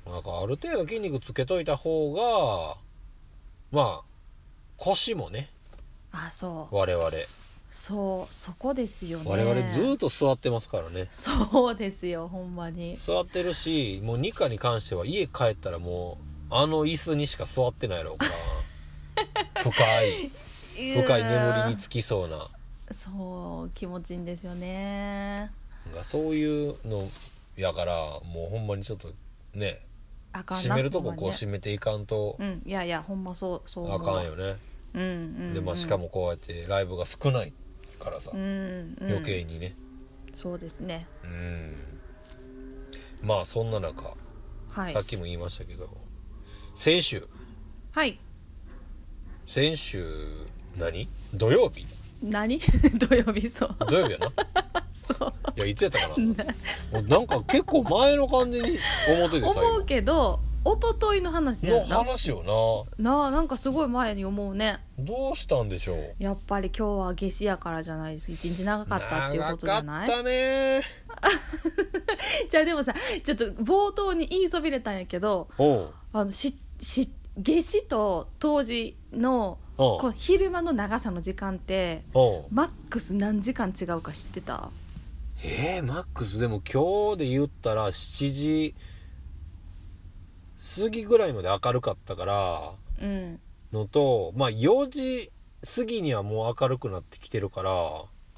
S1: なんかある程度筋肉つけといた方がまあ腰もね
S2: あそう
S1: 我々
S2: そうそこですよね
S1: 我々ずっと座ってますからね
S2: そうですよほんまに
S1: 座ってるしもうニカに関しては家帰ったらもうあの椅子にしか座ってないやろ
S2: *laughs*
S1: うから深い深い眠りにつきそうな
S2: そう気持ちいいんですよね
S1: なんかそういうのやからもうほんまにちょっとね
S2: あかんな
S1: 締めるとここう
S2: ほん
S1: 締めていかんと
S2: まにねうんいやいやほんまそうそう
S1: あかんよ
S2: ね
S1: ね
S2: うんうん、うん、
S1: でまあしかもこうやってライブが少ないからさ
S2: うん、うん、
S1: 余計にね
S2: そうですね
S1: うんまあそんな中
S2: はい
S1: さっきも言いましたけど先週
S2: はい
S1: 先週何土曜日
S2: 何 *laughs* 土曜日
S1: *laughs*
S2: そう
S1: 土曜日やな
S2: そう
S1: いやいつやったかなもうなんか結構前の感じに思ってて最
S2: 思う
S1: 後
S2: けど一昨日の話
S1: の
S2: やな
S1: 話よ
S2: なあなんかすごい前に思うね
S1: などうしたんでしょう
S2: やっぱり今日は夏至やからじゃないです一日長かったっていうことじゃない
S1: 長かったね
S2: *laughs* じゃあでもさちょっと冒頭に言いそびれたんやけど
S1: おう
S2: あのしし夏至と冬至の
S1: お
S2: こ
S1: う
S2: う昼間の長さの時間って
S1: おう
S2: マックス何時間違うか知ってた
S1: えー、マックスでも今日で言ったら7時過ぎぐらいまで明るかったから
S2: うん
S1: のとまあ4時過ぎにはもう明るくなってきてるから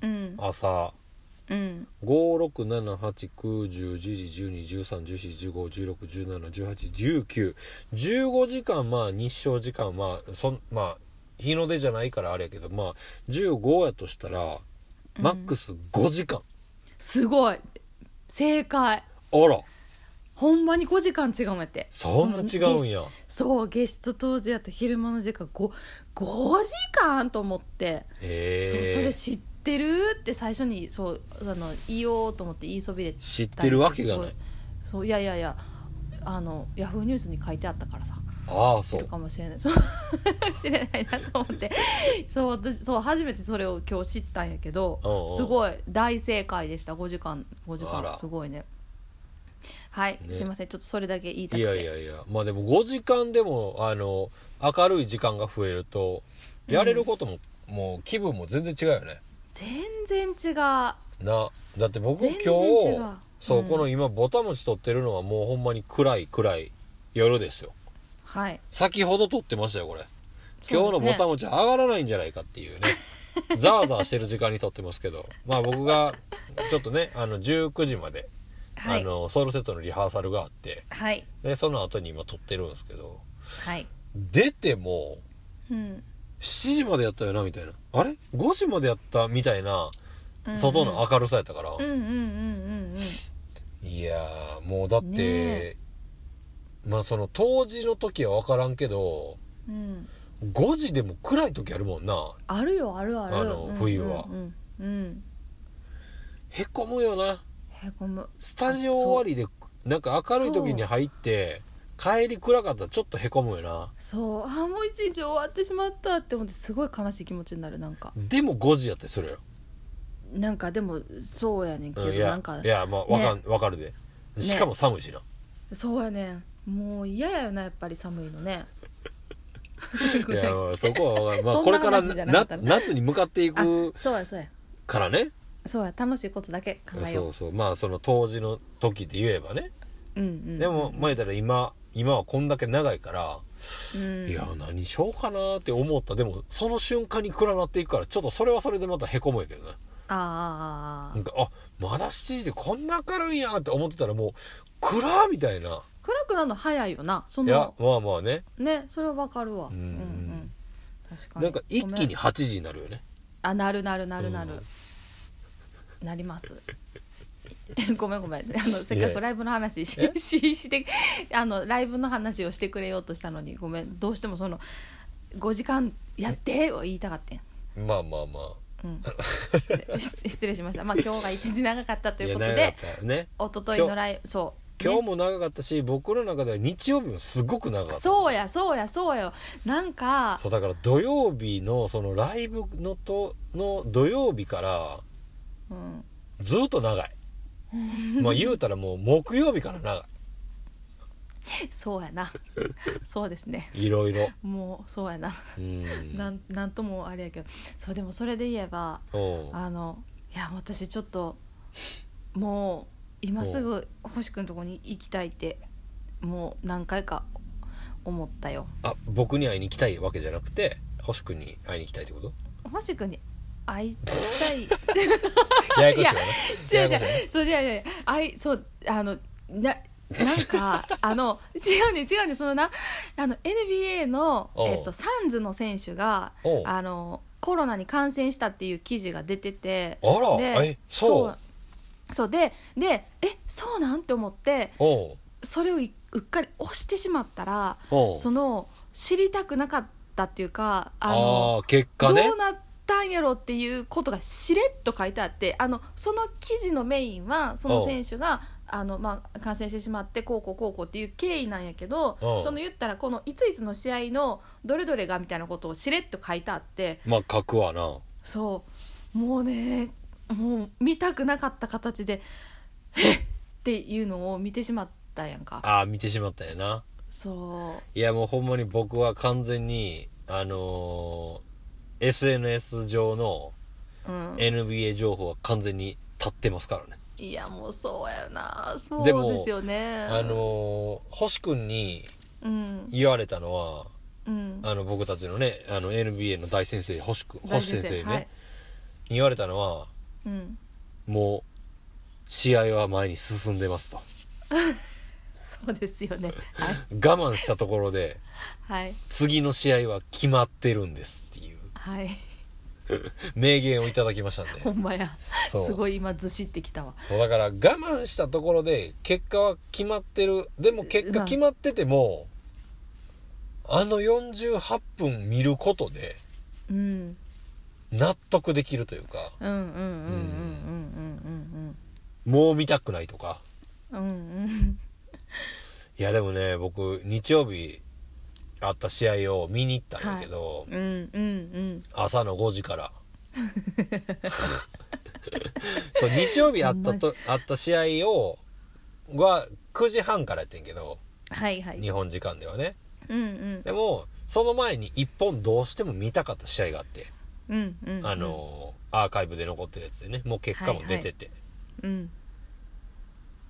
S2: うん
S1: 朝
S2: うん
S1: 567891011121314151617181915時間まあ日照時間まあそんまあ日の出じゃないからあれやけどまあ15やとしたら
S2: うん
S1: マックス5時間、
S2: すごい正解
S1: あら
S2: ほんまに5時間違うんやって
S1: そんな違うんや
S2: そう夏至と冬至やと昼間の時間 5, 5時間と思って、
S1: へ
S2: そう
S1: え
S2: それ知ってるって最初にそうあの言おうと思って言いそびれたんや
S1: 知っ
S2: けど
S1: てるわけがない
S2: そうそういやいやいやあのヤフーニュースに書いてあったからさ
S1: ああ
S2: 知って
S1: そ
S2: る
S1: う
S2: かもしれないそう *laughs* 知れないなと思ってそう私そう初めてそれを今日知ったんやけど
S1: おうおう
S2: すごい大正解でした5時間5時
S1: あら
S2: 間すごいねはい、
S1: ね
S2: すいませんちょっとそれだけ言いたく
S1: い
S2: て
S1: やいやいやまあでも5時間でもあの明るい時間が増えるとやれることも、もう気分も全然違うよね
S2: 全然違う
S1: なだって僕今
S2: 全
S1: 日
S2: 然違う
S1: そう、
S2: うん
S1: この今ぼたもち撮ってるのはもうほんまに暗い暗い夜ですよ
S2: はい
S1: 先ほど撮ってましたよこれ今日の
S2: そうで
S1: ぼ
S2: すね
S1: たもち上がらないんじゃないかっていう
S2: *laughs*
S1: ねザーザーしてる時間に撮ってますけどまあ僕がちょっとねあの19時まで、
S2: はい
S1: あのソウルセットのリハーサルがあって
S2: はい
S1: でその後に今撮ってるんですけど
S2: はい
S1: 出ても
S2: うん
S1: 7時までやったよなみたいなあれ5時までやったみたいな外の明るさやったから、
S2: うんうんうんうんうん
S1: いやーもうだって、
S2: ねえ
S1: まあその当時の時は分からんけど
S2: うんうん
S1: 5時でも暗い時あるもんな
S2: あるよあるある
S1: あの
S2: うんうん
S1: 冬は
S2: うんうん
S1: へこむよな
S2: へこむ
S1: スタジオ終わりでなんか明るい時に入って帰り暗かったらちょっとへこむよな
S2: そうあーもう一日終わってしまったって思ってすごい悲しい気持ちになるなんか
S1: でも5時やったりするよ、
S2: なんかでもそうやねんけ
S1: う
S2: ど
S1: ん、い
S2: な
S1: や
S2: んか
S1: いやまあわかん、わかるでしかも寒い
S2: *laughs*
S1: しな、
S2: そうやねんもう嫌やよなやっぱり寒いのね
S1: *laughs* いやまあそこはわかる、まあ、
S2: *laughs* そ
S1: こ
S2: ん
S1: れ
S2: な
S1: から
S2: 話じゃなかった
S1: 夏夏に向かってい
S2: あ
S1: く
S2: そうやそうや
S1: からね
S2: そうや楽しいことだけ考えよ
S1: そうそうまあその当時の時で言えばね
S2: う、うんうん、
S1: でも前たら今今はこんだけ長いから、
S2: うん
S1: いや何しようかなって思ったでもその瞬間に暗なっていくからちょっとそれはそれでまたへこむんやけどね
S2: あ
S1: な
S2: ーあーあー
S1: んかあまだ7時でこんな明るいんやって思ってたらもう暗みたいな
S2: 暗くなるの早いよなそ
S1: いや
S2: の
S1: まあまあね
S2: ねそれはわかるわ
S1: う
S2: うんん
S1: う
S2: うんん、うん、確かに
S1: なんか一
S2: ご
S1: 気
S2: め
S1: に
S2: ん
S1: 8時になるよね
S2: あなるなるなるな
S1: う
S2: る
S1: ん、
S2: なります *laughs* ごめんごめんあのせっ
S1: いやい
S2: か
S1: や
S2: くライブの話し
S1: え
S2: ししてあのライブの話をしてくれようとしたのにごめんどうしてもその5時間やってを言いたかったん
S1: まあまあま
S2: うん、
S1: *laughs*
S2: 失礼失礼しましたまあ今日が一日長かった
S1: あ
S2: というこ
S1: や長
S2: とで
S1: かったよね
S2: 一昨日のライブそ
S1: 今日も長かったし、僕の中では日曜日もすごく長かったんですよ
S2: そうやそうやそうやなんか
S1: そうだから土曜日のそのライブのとの土曜日から
S2: うん
S1: ずっと長いまあ言うたらもう木曜日から長
S2: そうや
S1: *laughs*
S2: なそうですね
S1: いいろいろ
S2: もうそうやな
S1: うん
S2: なんなんともあれやけどそうでもそれで言えば
S1: おう
S2: あのいや私ちょっともう今すぐ星くんとこに行きたいってもう何回か思ったよ
S1: あ僕に会いに行きたいわけじゃなくて星君に会いに行きたいってこと
S2: 星くんに会い
S1: *laughs*
S2: たい
S1: ややこしいわね
S2: 違
S1: や
S2: う違
S1: やこしいわね
S2: うそう違う違うあいそうあのななんかあの違うね違うねそのなあの NBA の、
S1: おう
S2: えっと、サンズの選手が
S1: おう
S2: あのコロナに感染したっていう記事が出てて
S1: あら
S2: で
S1: えそう
S2: そうそうででえそうなんて思って
S1: おう
S2: それをいうっかり押してしまったら
S1: おう
S2: その知りたくなかったっていうかあの
S1: あー結果ね
S2: どうなったんやろっていうことがしれっと書いてあってあのその記事のメインはその選手があの、まあ、感染してしまってこうこうこうこうっていう経緯なんやけど
S1: おう
S2: その言ったらこのいついつの試合のどれどれがみたいなことをしれっと書いてあって
S1: まあ書くわな
S2: そうもうねもう見たくなかった形で「えっ!」っていうのを見てしまったやんか。
S1: ああ見てしまったよな
S2: そう
S1: いやもうほんまに僕は完全にあのー SNS 上の
S2: うん、
S1: NBA 情報は完全に立ってますからね
S2: いやもうそうやなそう
S1: でも
S2: ですよね
S1: あのー星君に
S2: うん
S1: 言われたのは
S2: うん
S1: あの僕たちのねあの NBA の大先生星君
S2: 大
S1: 星先生ね、
S2: はい
S1: に言われたのは
S2: うん
S1: もう試合は前に進んでますと
S2: そうですよねはい
S1: 我慢したところで
S2: はい
S1: 次の試合は決まってるんですっていう
S2: はい
S1: 名言をいただきましたん
S2: *laughs*
S1: で
S2: ほんまや
S1: そう
S2: すごい今ずしってきたわ
S1: もうだから我慢したところで結果は決まってるでも結果決まっててもあの48分見ることで
S2: うん
S1: 納得できるというか
S2: うんうんうんうん
S1: もう見たくないとか
S2: うんうんうんうんうん
S1: いやでもね僕日曜日あった試合を見に行ったんだけど、
S2: うんうんうん
S1: 朝の5時からそう日曜日あったとあった試合をは9時半からやってんけど
S2: はいはい
S1: 日本時間ではね
S2: うんうん
S1: でもその前に1本どうしても見たかった試合があって、
S2: うんうん
S1: あのアーカイブで残ってるやつでねもう結果も出てて、
S2: うん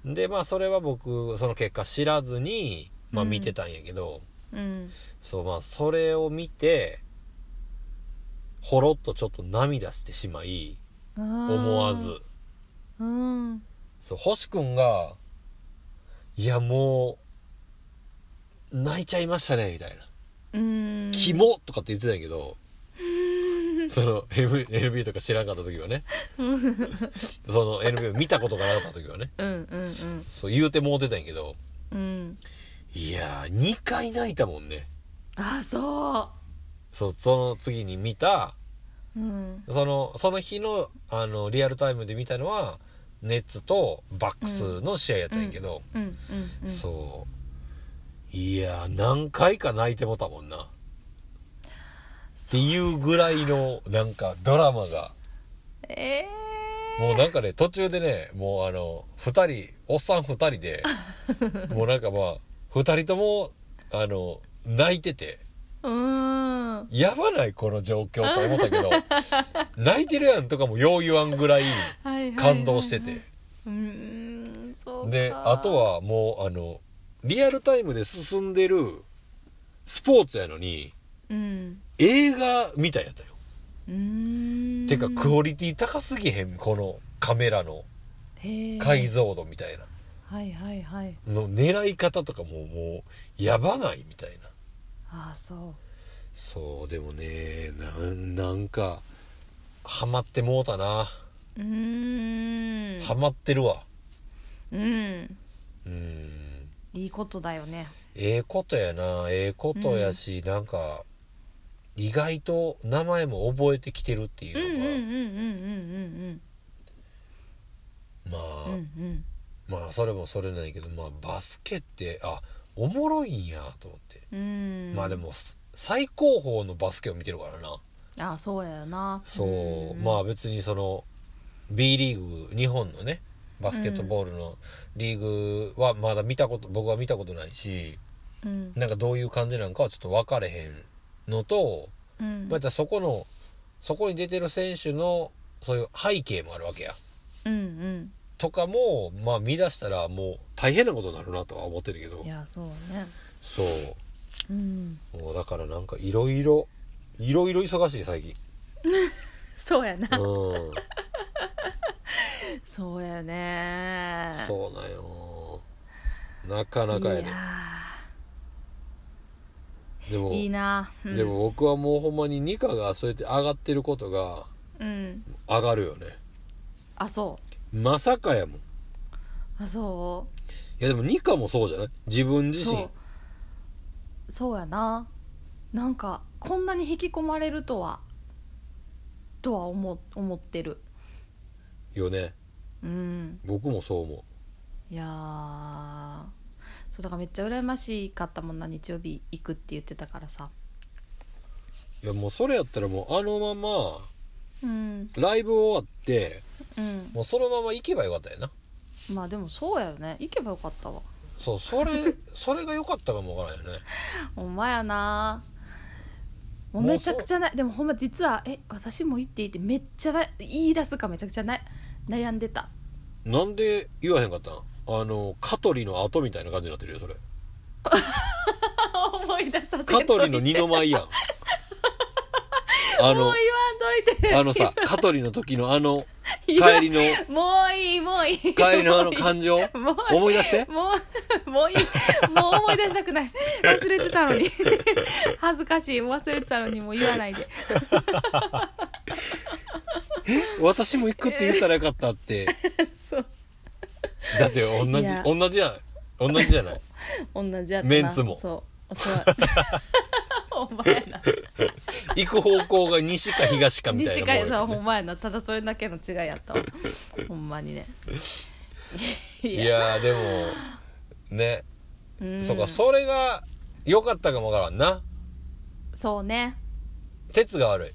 S1: でまあそれは僕その結果知らずに、まあ、
S2: うん
S1: 見てたんやけど、
S2: うん
S1: そうまあそれを見てほろっとちょっと涙してしまい思
S2: 思
S1: わず
S2: うん
S1: そう星くんが「いやもう泣いちゃいましたね」みたいな
S2: うん
S1: 「キモ!」とかって言ってたんやけどその M NB とか知らんかった時はねその NB を見たことがなかった時はね
S2: うんうんうん
S1: そう言うてもうてたんやけど
S2: うん
S1: いやー2回泣いたもんね
S2: あそ
S1: そうその次に見た
S2: ううん
S1: そのその日のあのリアルタイムで見たのはネッツとバックスの試合やったんやけど、
S2: うんうんうん
S1: そういやー何回か泣いてもたもんなっていうぐらいのなんかドラマが
S2: ええ
S1: もうなんかね途中でねもうあの2人おっさん2人
S2: *laughs*
S1: でもうなんかまあ2人ともあの泣いてて
S2: うーん
S1: やばないこの状況と思ったけ
S2: *laughs*
S1: ど泣いてるやんとかもよう言わんぐらい *laughs* 感動してて。
S2: うーんそうか
S1: であとはもうあのリアルタイムで進んでるスポーツやのに
S2: うん
S1: 映画みたいやったよ、
S2: うーん
S1: てかクオリティ高すぎへんこのカメラの
S2: へえ
S1: 解像度みたいな
S2: はいはいはい
S1: の狙い方とかももうやばないみたいな
S2: ああそ
S1: そうでもねなんなんかハマってもうたな
S2: ううーん
S1: ハマってるわ
S2: うん
S1: うん
S2: いいことだよね
S1: ええことやなええことやし、なんか意外と名前も覚えてきてるって
S2: うん
S1: い
S2: う
S1: う
S2: んうん
S1: のが、
S2: うんうんうんうん
S1: まあ、
S2: うんうん
S1: まあそれもそれなんやけど、まあ、バスケってあおもろいんやと思って、
S2: うん
S1: まあでも最高峰のバスケを見てるからな
S2: あそうやよな
S1: そう、
S2: ん
S1: まあ別にその B リーグ日本のねバスケットボールのリーグはまだ見たこと僕は見たことないし
S2: うん
S1: なんかどういう感じなんかはちょっと分かれへんのと
S2: うん
S1: またそこのそこに出てる選手のそういう背景もあるわけや
S2: うん
S1: とかもまあ見出したらもう大変なことになるなとは思ってるけど
S2: うんいやそうね
S1: そ
S2: うん
S1: うもうだからなんかいろいろいろいろ忙しい
S2: *laughs*
S1: 最近
S2: そうやな
S1: うん
S2: そうやね
S1: そうなんよなかなかやね
S2: いや
S1: でも
S2: ーいいな、うん
S1: でも僕はもうほんまにニカがそうやって上がってることが
S2: うん
S1: 上がるよね
S2: あそ
S1: まさかやもんいう
S2: あそう
S1: やでもニカもそうじゃない自分自
S2: そ
S1: 身
S2: うそうやななんかこんなに引き込まれるとはとは思思ってる
S1: よね
S2: うん
S1: 僕もそう思
S2: いやーそうだからめっちゃ羨ましかったもんな日曜日行くって言ってたからさ
S1: ういやもうそれやったらもうあのまま
S2: うん
S1: ライブ終わって
S2: うん
S1: もうそのまま行けばよかったよな
S2: まあでもそうやよね行けばよかったわ
S1: そうそ *laughs* れそれが良かったかもわからないよね
S2: ほんまやなもう
S1: もう
S2: めちゃくちゃないでもほんま実は「え私も行っていい」ってめっちゃな言い出すかめちゃくちゃない悩んでた
S1: なんで言わへんかったんあの香取の後みたいな感じになってるよそれ
S2: 思い出させとい
S1: *laughs* 香
S2: て
S1: 取の二の舞やんあ
S2: も
S1: の
S2: う言わんといて
S1: あのさ香取の時のあ *laughs* の
S2: 言わん
S1: 帰りの
S2: もういいもういい
S1: 帰りのあの感情
S2: もういい
S1: 思い出して
S2: もうもういいもう思い出したくない忘れてたの
S1: *laughs*
S2: に恥ずかしい忘れてたのにもう言わないで
S1: *laughs* 私も行くって言ったらよかったって
S2: そう
S1: だって同
S2: い
S1: じ
S2: や
S1: 同じやん同じじゃない
S2: 同じやったな
S1: メンツも
S2: そうそうお前な
S1: 行く方向が西か東 *laughs* かみたい
S2: 西
S1: な
S2: 海さん
S1: もん
S2: ほんまやなただそれだけの違い
S1: *laughs*
S2: やったわほんまにねい
S1: いやーでもね、
S2: うん
S1: そうかそれが良かったかもわからんな
S2: そうね
S1: 鉄が悪い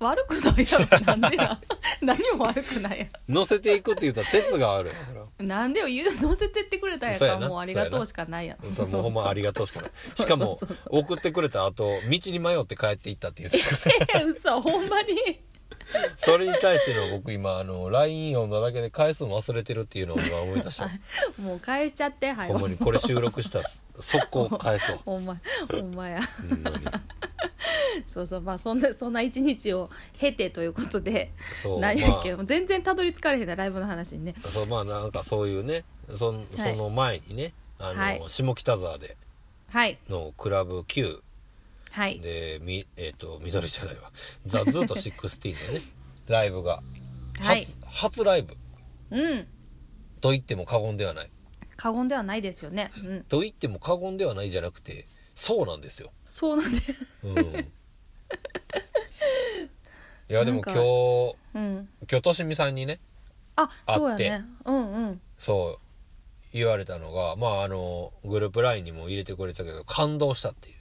S2: 悪くないやろなん
S1: *laughs*
S2: でや何も悪くないや
S1: 乗せていくって言ったら鉄が
S2: *laughs*
S1: 悪い
S2: なんでよ言う乗せてってくれたんやか
S1: そうや
S2: ら
S1: な
S2: もうありがとうしかないやん
S1: それもうほんまありがとうしかないしかも
S2: そうそうそ
S1: 送ってくれた後道に迷って帰っていったって言ってたから
S2: え *laughs* 嘘ほんまに
S1: それに対しての僕今あの LINE 読んだだけで返すの忘れてるっていうのを今思い出した
S2: もう返しちゃってはい
S1: ほんまにこれ収録したら速攻返
S2: *laughs*
S1: そう
S2: ほんまほんまや *laughs*
S1: ほんまに
S2: そうそうまあそんなそんな一日を経てということで
S1: そう
S2: 何やっけ、
S1: ま
S2: もう全然たどり着かれへんなライブの話にね
S1: あ、そうまあなんかそういうねそん
S2: はい
S1: その前にね、あの
S2: はい
S1: 下北沢で
S2: はい
S1: のクラブ Q
S2: はい
S1: でみえっ、と緑じゃないわザ・ズーと16のね *laughs* ライブが初,、
S2: はい
S1: 初ライブ
S2: うん
S1: と言っても過言ではない
S2: 過言ではないですよねうん
S1: と言っても過言ではないじゃなくてそうなんですよ
S2: そうなんで
S1: うんいやでも今
S2: なんか
S1: 日
S2: *laughs* うん
S1: 今日としみさんにね
S2: あ
S1: あ
S2: そうやねうんうん
S1: そう言われたのがまああのグループ LINE にも入れてくれてたけど感動したっていう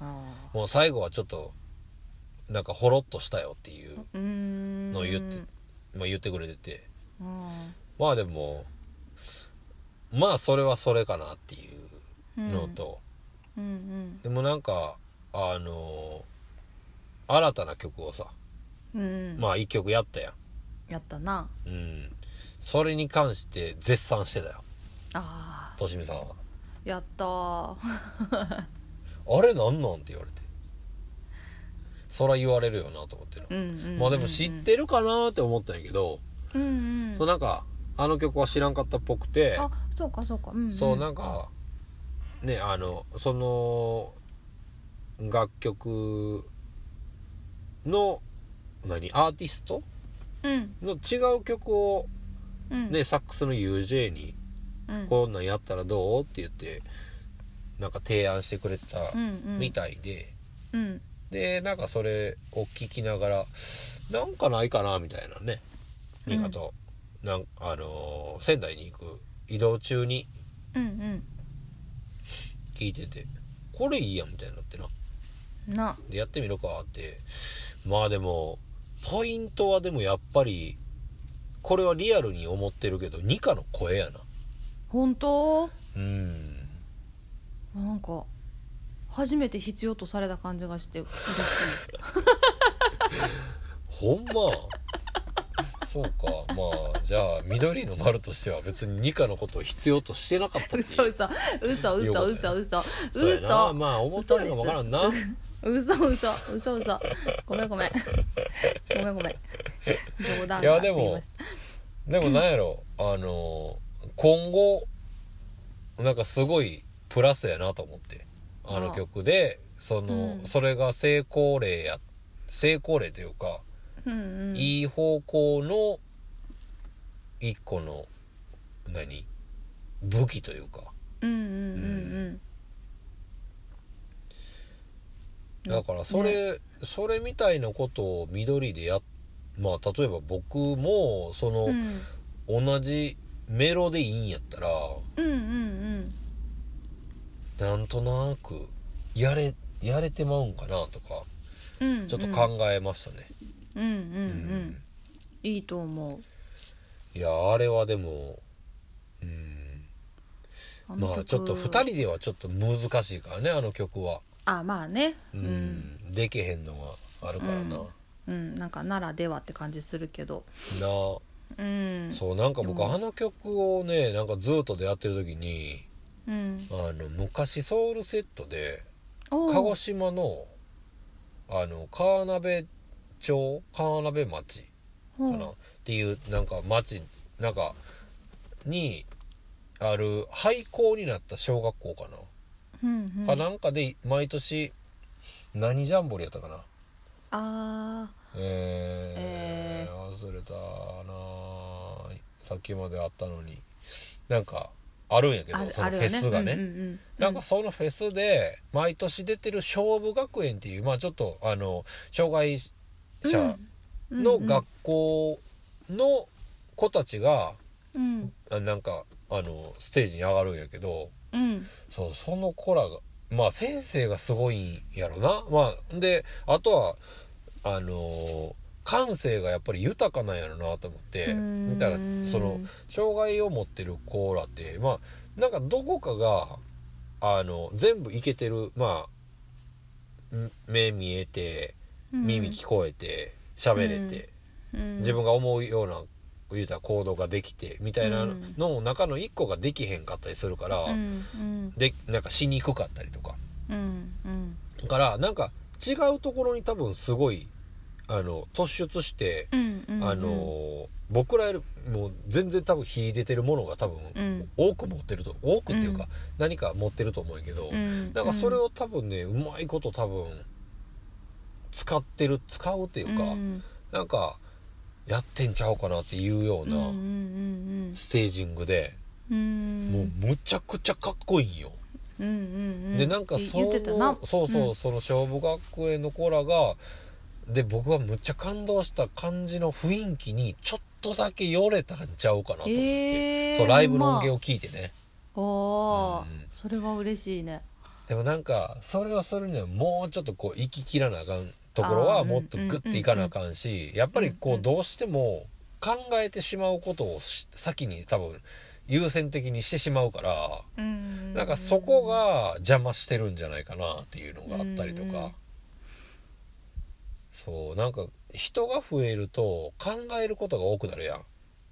S2: あ
S1: もう最後はちょっとなんかほろっとしたよっていう、
S2: ーうーん
S1: のを言ってまあ、言ってくれてて
S2: うん
S1: まあでもまあそれはそれかなっていう
S2: うん
S1: のと、
S2: うんうん
S1: でもなんかあの新たな曲をさ
S2: うん、
S1: まあ1曲やったや
S2: やったなん
S1: うんそれに関して絶賛してたよ
S2: あ
S1: としみさんは
S2: ーやったー
S1: 「あれなんなん?」って言われてそら言われるよなと思ってな、
S2: うんうんうんうん
S1: まあでも知ってるかなって思ったんやけど、
S2: うんうん
S1: そうなんかあの曲は知らんかったっぽくて
S2: あそうかそうかうん、うん、
S1: そうなんかねあのその楽曲の何アーティスト
S2: うん
S1: の違う曲を、
S2: うん
S1: ねサックスの UJ に
S2: うん
S1: 「こんなんやったらどう?」って言ってなんか提案してくれてた
S2: うんうん
S1: みたいで、
S2: うん
S1: でなんかそれを聞きながらなんかないかなみたいなね
S2: うん
S1: 新潟、なんあの仙台に行く移動中に
S2: うん
S1: 聞いててこれいいやんみたいになってな
S2: うんな
S1: でやってみるかってまあでもポイントはでもやっぱりこれはリアルに思ってるけどニカの声やな
S2: 本当
S1: うん
S2: なんか初めて必要とされた感じがして嬉しい
S1: ほんまそうかまあじゃあ緑の丸としては別にニカのことを必要としてなかったっていう
S2: *laughs* 嘘嘘嘘
S1: よか
S2: 嘘
S1: ったね
S2: 嘘嘘
S1: そうやな
S2: 嘘
S1: まあ思ったのがわからんな
S2: 嘘嘘嘘嘘ごめんごめんごめんごめん冗談
S1: いや
S2: が
S1: です
S2: い
S1: も
S2: ません
S1: でもなんやろあの今後なんかすごいプラスやなと思ってあ
S2: あ
S1: の
S2: あ
S1: 曲でその、
S2: うん
S1: それが成功例や成功例というか、
S2: うんうん
S1: いい方向の一個の何武器というか
S2: うんうんうんうん
S1: だからそ
S2: ね
S1: れ、それみたいなことを緑でやっまあ例えば僕もその、
S2: うん
S1: 同じメロでいいんやったら
S2: うんうん
S1: なんとなくやれやれてまうんかなとか
S2: うんうんうん
S1: ちょっと考えましたね。
S2: うんうんう
S1: うん
S2: いいと思う
S1: いやあれはでもうん
S2: あの
S1: まあ
S2: 曲
S1: ちょっと2人ではちょっと難しいからねあの曲は。
S2: あまあね
S1: う
S2: うんん、
S1: できへんのがあるからな。
S2: うんうん、なんかならではって感じするけど
S1: なあ
S2: うん
S1: そうなんか
S2: で
S1: 僕
S2: も
S1: あの曲をねなんかずっと出会ってる時に
S2: うん
S1: あの昔ソウルセットで
S2: おう
S1: 鹿児島のあの川辺町川辺町かな、
S2: お
S1: っ
S2: う
S1: ていうなんか町なんかにある廃校になった小学校かな、
S2: うんうん、
S1: かなんかで毎年何ジャンボリやったかな
S2: あ
S1: えー忘れたなあさっきまであったのになんかあるんやけ
S2: ー
S1: ど
S2: ある
S1: その
S2: あ
S1: フ
S2: るよ
S1: ェ
S2: ね
S1: スがね、
S2: うんうんうん、
S1: なんかそのフェスで毎年出てる勝負学園っていうまあちょっとあの障害者の学校の子たちが、
S2: うん
S1: あなんかあのステージに上がるんやけど
S2: うん
S1: そうその子らがまあ先生がすごいんやろなまあであとはあの感性がやっぱり豊かなんやろなと思って
S2: うん
S1: 見たらその障害を持ってる子らってまあなんかどこかがあの全部いけてるまあん目見えて
S2: うん
S1: 耳聞こえて喋れて、
S2: うん
S1: 自分が思うような言うたら行動ができてみたいなのの中の一個ができへんかったりするから、
S2: うんうん
S1: でなんかしにくかったりとか
S2: うんうん
S1: だからなんか違うところに多分すごいあの突出して、
S2: うんうん
S1: あの僕らよりも全然多分秀でてるものが多分、
S2: うん
S1: 多く持ってると多くっていうか、
S2: うん
S1: 何か持ってると思うんやけど、
S2: うん
S1: だからそれを多分ねうまいこと多分使ってる使うっていうか、
S2: うん
S1: なんかやってんちゃうかなっていうよう
S2: うんうんう
S1: なんステージングで、
S2: うんうん
S1: もうむちゃくちゃかっこいいんよ。
S2: うんうんうん
S1: でなんか
S2: って
S1: そ
S2: 言ってたな
S1: のそうそう、
S2: ん
S1: その勝負学園の子らがで僕はむっちゃ感動した感じの雰囲気にちょっとだけよれたんちゃうかなと思って、
S2: えー
S1: そうライブの音源を聞いてね、
S2: おー
S1: うん
S2: それは嬉しいね
S1: でもなんかそれをするにはもうちょっとこう行き切らなあかんところはもっとグッていかなあかんしやっぱり
S2: うん
S1: こ
S2: うん
S1: うどうしても考えてしまうことをし先に多分優先的にしてしまうから
S2: な
S1: なんかそこが邪魔してるんじゃないかなっていうのがあったりと
S2: うんうん
S1: かそうなんか人が増えると考えることが多くなるや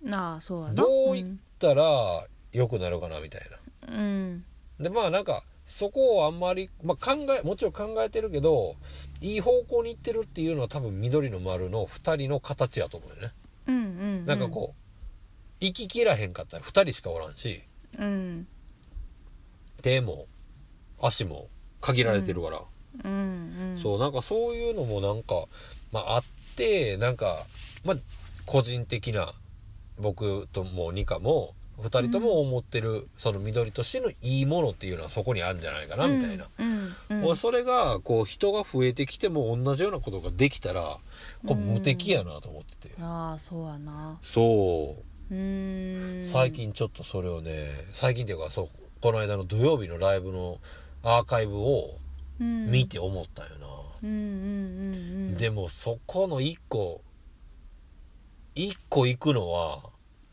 S1: ん
S2: なあそうやな
S1: どういったら良くなるかなみたいな
S2: うんうん
S1: でまあなんかそこをあんまり、まあ、考えもちろん考えてるけどいい方向に行ってるっていうのは多分緑の丸の2人の形やと思うよね。
S2: うんうん
S1: なんかこう行ききらへんかったら2人しかおらんし
S2: うんうん
S1: 手も足も限られてるから、
S2: うんうん
S1: そうなんかそういうのもなんか、まあ、あってなんか、まあ、個人的な僕ともニカも2人とも思ってる、その緑としてのいいものっていうのはそこにあるんじゃないかなみたいな。
S2: うんうん
S1: もうそれがこう人が増えてきても同じようなことができたらこう無敵やなと思ってて、
S2: ああそうやな
S1: そう
S2: うーん
S1: 最近ちょっとそれをね最近っていうかそうこの間の土曜日のライブのアーカイブを見て思ったんよな、
S2: うんうんうんうん
S1: でもそこの1個1個行くのは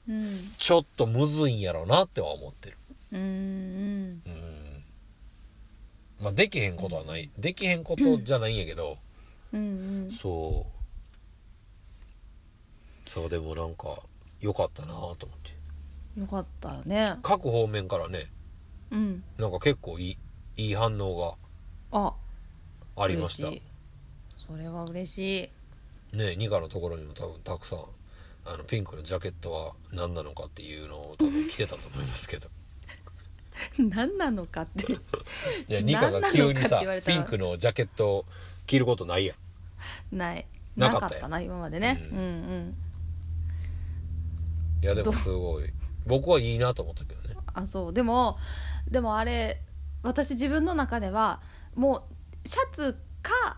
S2: うん
S1: ちょっとむずいんやろなっては思ってる
S2: うんうん
S1: うんまあできへんことはないできへんことじゃないんやけど、
S2: うんうん
S1: そうそうでもなんか良かったなと思って
S2: よかったよね
S1: 各方面からね
S2: うん
S1: なんか結構いいいい反応
S2: あ
S1: がありましたね
S2: 嬉いそれは嬉しい *laughs*
S1: ニカのところにも多分たくさんあのピンクのジャケットは何なのかっていうのを多分着てたと思いますけど
S2: 何なのかって
S1: いやニカが急にさ
S2: 何なのかって言われたら
S1: ピンクのジャケットを着ることないやん
S2: ない
S1: な
S2: な
S1: かった
S2: か
S1: よ
S2: ったな今までね
S1: う
S2: うんんうん
S1: いやでもすごい僕はいいなと思ったけどね
S2: あそうでもでもあれ私自分の中ではもうシャツか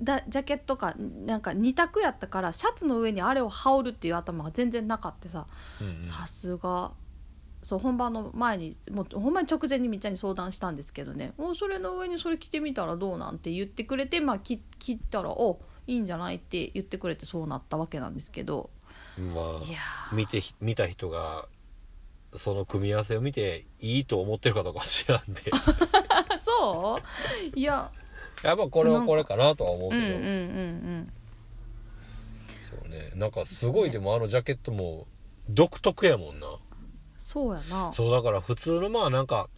S2: だジャケットかなんか2択やったからシャツの上にあれを羽織るっていう頭が全然なかってさ
S1: うんうん
S2: さすがそう本番の前にもうほんまに直前にみっちゃんに相談したんですけどね「おそれの上にそれ着てみたらどうなん?」て言ってくれて、まあ、き切ったら「おいいんじゃない?」って言ってくれてそうなったわけなんですけど
S1: ま
S2: いや
S1: あ見てひ見た人がその組み合わせを見ていいと思ってるかどうかは知らんで
S2: ーそういや
S1: やっぱこれはこれかなとは思う
S2: う
S1: け
S2: ん
S1: ど
S2: うんうんうん
S1: そうねなんかすごいでもあのジャケットも独特やもんな
S2: そうやな
S1: そうだから普通のまあなんか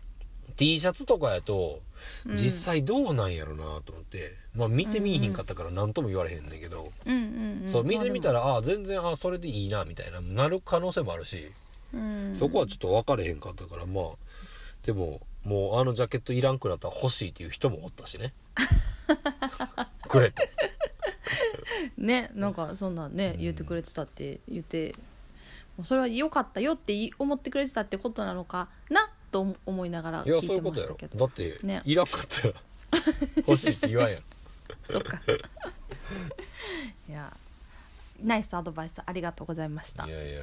S1: T シャツとかやと
S2: うん
S1: 実際どうなんやろなと思って、まあ見てみいひんかったから何とも言われへんねんけど、
S2: うんうんうん
S1: そう見てみた
S2: ら、
S1: らああ全然ああそれでいいなみたいななる可能性もあるし、
S2: うん、
S1: そこはちょっと分かれへんかったからまあでももうあのジャケットいらんくなったら欲しいっていう人もおったし
S2: *laughs*
S1: ねくれて
S2: ねなんかそんなんね、
S1: うん
S2: 言ってくれてたって言ってもうそれは良かったよってい思ってくれてたってことなのかなと思思いながら
S1: いや
S2: 聞い
S1: そうい
S2: て
S1: うこ
S2: ま
S1: と
S2: し
S1: や
S2: た
S1: ろ
S2: け
S1: だ
S2: ど
S1: って、
S2: ね
S1: いらんかったら欲しいって言わんや
S2: *laughs*
S1: ん
S2: そうか *laughs* いやナイスアドバイスありがとうございました
S1: いやいやい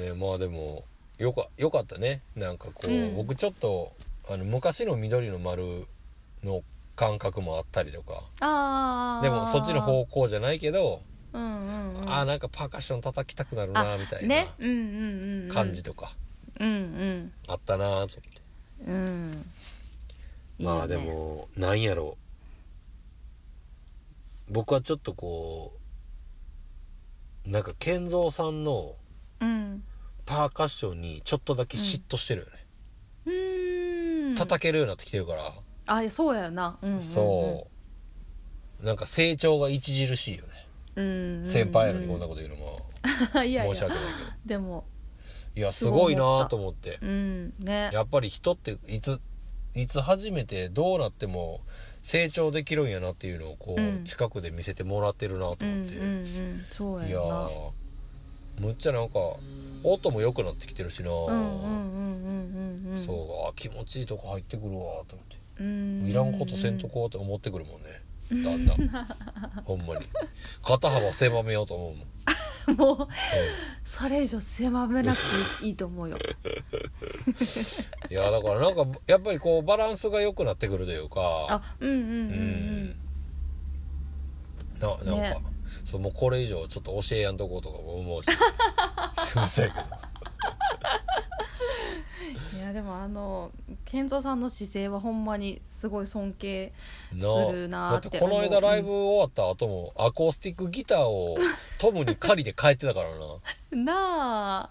S1: やねまあでもよかよかったねなんかこう、
S2: うん
S1: 僕ちょっとあの昔の緑の丸の感覚もあったりとか
S2: あー
S1: でもそっちの方向じゃないけど、
S2: うんうん、うん、
S1: ああなんかパーカッション叩きたくなるなみたいな
S2: ねうんうんうんうん
S1: 感じとか
S2: うん
S1: あったなと思って、
S2: うんうんいいよね
S1: まあでもなんやろう僕はちょっとこうなんか健三さんの
S2: うん
S1: パーカッションにちょっとだけ嫉妬してるよね、
S2: うーん
S1: 叩けるようになってきてるから、
S2: あそうやよな、うんうんうん、
S1: そうなんか成長が著しいよね、
S2: うんうんうん
S1: 先輩やのにこんなこと言うのも
S2: *laughs* いや
S1: 申
S2: いや
S1: し訳ないけど
S2: でも
S1: いやす
S2: すご
S1: ご
S2: い
S1: いな
S2: 思
S1: あ
S2: った
S1: と思って
S2: うんね
S1: やっぱり人っていついつ初めてどうなっても成長できるんやなっていうのをこう、
S2: うん
S1: 近くで見せてもらってるなと
S2: うんうん
S1: 思って、
S2: うんそう
S1: い
S2: や
S1: や
S2: よな
S1: ーむっちゃなんか音も良くなってきてるしな、
S2: うんうんうんうんうんうん
S1: そうあ気持ちいいとこ入ってくるわと思って。
S2: うん
S1: いらんことせんとこうって思ってくるもんねだんだんほんまに肩幅狭めようと思うもん、
S2: *laughs* もうそれ以上狭めなくていいと思
S1: *laughs*
S2: うよ
S1: いやだからなんかやっぱりこうバランスが良くなってくるというか
S2: あうんうん
S1: う
S2: うんん
S1: ななんか、
S2: ね
S1: そうもうこれ以上ちょっと教えやんとこうとかも思
S2: *laughs*
S1: うしうるさいけど
S2: うんいやでもあの健三さんの姿勢はほんまにすごい尊敬
S1: な
S2: するなーっ
S1: だ
S2: て
S1: ってこの間ライブ終わった後もアコースティックギターをトムに借りて帰ってたからな
S2: なあ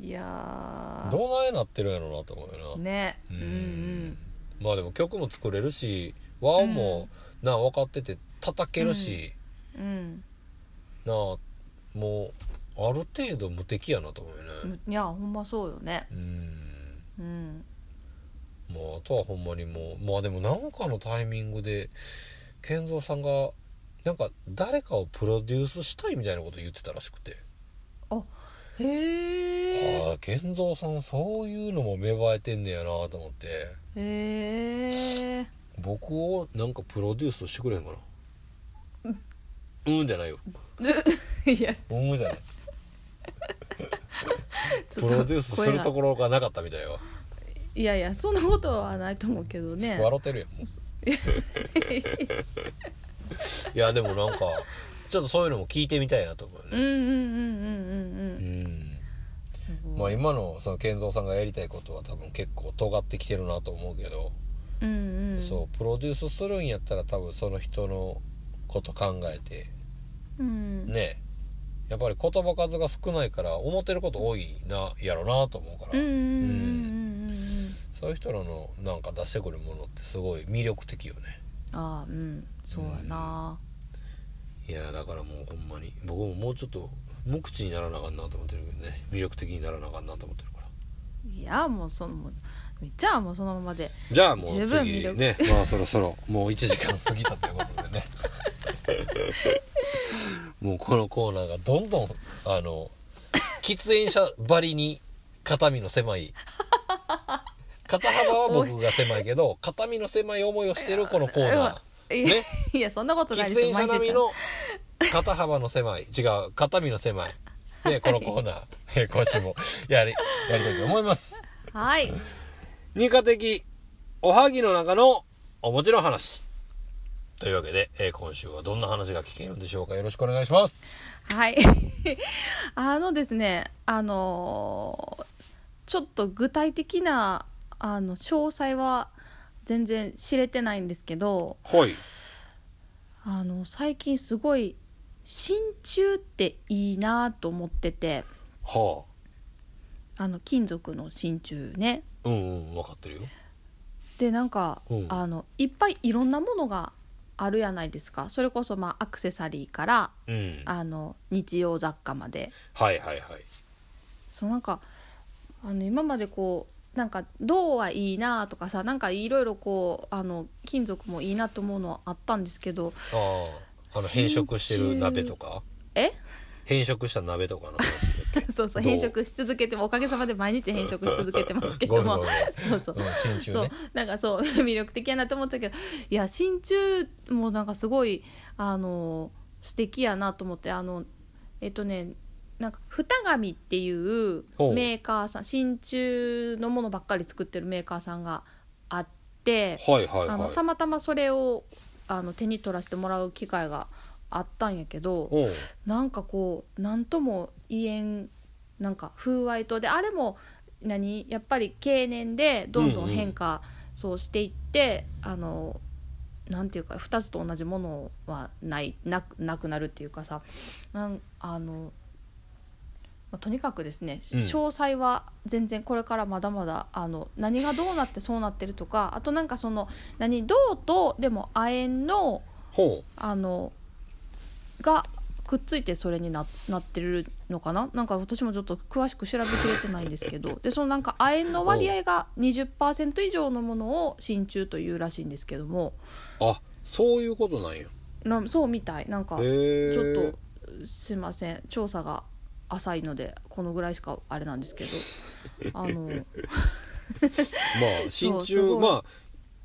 S2: いやー
S1: どないなってるんやろなと思うよな、
S2: ね
S1: う
S2: うんんうん
S1: まあでも曲も作れるし和音もなあ分かってて叩けるし、
S2: うん
S1: なあもうある程度無敵やなと思うよね
S2: いやほんまそうよね
S1: うん
S2: うん
S1: まああとはほんまにもうまあでもなんかのタイミングで健三さんがなんか誰かをプロデュースしたいみたいなこと言ってたらしくて、
S2: へえ
S1: ああ健三さんそういうのも芽生えてんねやなと思って
S2: へえ
S1: 僕をなんかプロデュースしてくれへんかなうんじゃないよ
S2: *laughs* いや
S1: うんじゃない
S2: ち
S1: プ
S2: ょっと
S1: ロデュースすると
S2: 声が
S1: ころがなかったみたいよ、
S2: いやいやそんなことはないと思うけどね
S1: 笑ってるよ *laughs* いやでもなんかちょっとそういうのも聞いてみたいなと思う
S2: うん
S1: ね
S2: うんうんうんうんう
S1: うんん
S2: す
S1: ま
S2: ご
S1: あ
S2: い、
S1: 今のその健三さんがやりたいことは多分結構尖ってきてるなと思うけど、
S2: うんうん、
S1: そうプロデュースするんやったら多分その人のこと考えて
S2: うん、
S1: ねやっぱり言葉数が少ないから思ってること多いなやろなと思うか
S2: うん
S1: ら、
S2: うんうんうんうんうん
S1: そういう人らのなんか出してくるものってすごい魅力的よね
S2: ああうんそうやな、
S1: いやだからもうほんまに僕ももうちょっと無口にならなあかんなと思ってるけどね魅力的にならなあかんなと思ってるから
S2: いやもうそのもうみっちゃんはもうそのままで
S1: じゃあもう
S2: 十分魅
S1: 次
S2: 力
S1: ねまあそろそろもう1時間過ぎたということでね
S2: *laughs*
S1: もうこのコーナーがどんどんあの喫煙者ばりに肩身の狭い肩幅は僕が狭いけど肩身の狭い思いをしてるこのコーナ
S2: *laughs* い
S1: ー
S2: や,、
S1: ね
S2: いやそんなことない
S1: 喫
S2: です
S1: 煙
S2: よ
S1: 者
S2: 毎
S1: 並
S2: 週
S1: みの肩幅の狭い違う肩身の狭いねこのコーナー、えー今週もやりやりたいと思います
S2: はい
S1: 二課的おはぎの中のお餅の話というわけで、えー今週はどんな話が聞けるんでしょうかよろしくお願いします
S2: はい *laughs* あのですねあのーちょっと具体的なあの詳細は全然知れてないんですけど
S1: はい
S2: あの最近すごい真鍮っていいなと思ってて
S1: は
S2: あの金属の真鍮ね
S1: あうんうん分かってるよ
S2: でなんか、
S1: うん
S2: あのいっぱいいろんなものがあるやないですかそれこそまあアクセサリーから
S1: うんはい
S2: あの日用雑貨まで
S1: はいはい
S2: そうなんかあの今までこうなんか銅はいいなとかさなんかいろいろこうあの金属もいいなと思うのはあったんです
S1: *laughs*
S2: けど
S1: あああの変色してる鍋とか
S2: え
S1: 変色した鍋とかの話だっ
S2: そうそう
S1: 銅
S2: 変色し続けてもおかげさまで毎日変色し続けてます
S1: け
S2: け
S1: ごめ
S2: ど
S1: んご
S2: も
S1: めん
S2: *laughs* そうそう
S1: ごめんうん真
S2: そ
S1: 鍮
S2: う
S1: ね
S2: なんかそう魅力的やなと思ったけどいや真鍮もなんかすごいあの素敵やなと思ってあのえっとねなんか二神っていう
S1: ほう
S2: メーカーさん真鍮のものばっかり作ってるメーカーさんがあって、
S1: はいはい
S2: あの
S1: はい
S2: たまたまそれをあの手に取らせてもらう機会があったんやけど、
S1: おう
S2: なんかこう何とも言えんなんか風合いとであれも何やっぱり経年でどん
S1: う
S2: ど
S1: ん
S2: ん
S1: うん
S2: 変化、そうしていってあのなんていうか2つと同じものはないなくなくなるっていうかさなんあの、まあ、とにかくですね、
S1: うん
S2: 詳細は全然これからまだまだあの何がどうなってそうなってるとかあとなんかその何銅とでも亜鉛の
S1: ほ
S2: あのがくっついてそれにななってるのかななんか私もちょっと詳しく調べきれてないんです
S1: *laughs*
S2: けどでそのなんか亜鉛の割合が20%以上のものを真鍮というらしいんですけども
S1: うあそういうことなんやへ
S2: なそうみたいなんかち
S1: え
S2: ょっとすいません調査が浅いのでこのぐらいしかあれなんですけどあの
S1: *laughs* まあ真
S2: す
S1: 鍮
S2: ごい
S1: まあ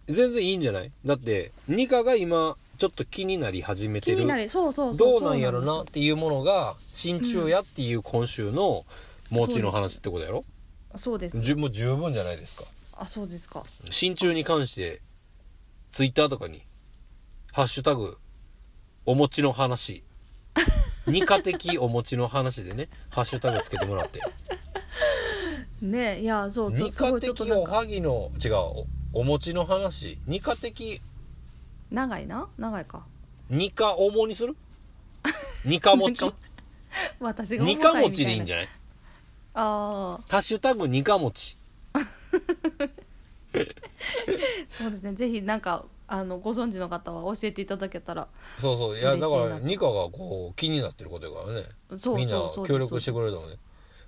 S1: 全然いいんじゃないだって二課が今ちょっと気になり始めて
S2: 気
S1: る
S2: になるそうそうそう
S1: どうなんやろ
S2: そう
S1: なっていうものが真鍮やっていう今週の餅の話ってことやろ、
S2: なそうです
S1: じゅもう十分じゃないですか
S2: あそうですか
S1: 真鍮に関してツイッターとかに「ハッシュタグお餅の
S2: *laughs*
S1: 話」二課的お餅の話でねハッシュタグつけてもらって
S2: ねいやそう *laughs* そう
S1: 二
S2: すご
S1: 課
S2: いちょっと
S1: 的
S2: なん
S1: お
S2: か
S1: はぎの違うおお餅の話二課的
S2: 長いな長いか
S1: 二課重にする二課持
S2: なん
S1: ち
S2: か私が
S1: 二課持ちでいいんじ
S2: ゃ
S1: ゃない
S2: ああ
S1: ハッシュタグ二課持ち
S2: そうですねぜひなんかあのご存知の方は教えていただけたら
S1: そうそういやだ
S2: 嬉
S1: か
S2: しいな
S1: ら二課がこう気になってることやからね
S2: そう
S1: みんな
S2: そうそう
S1: 協力してくれると思うね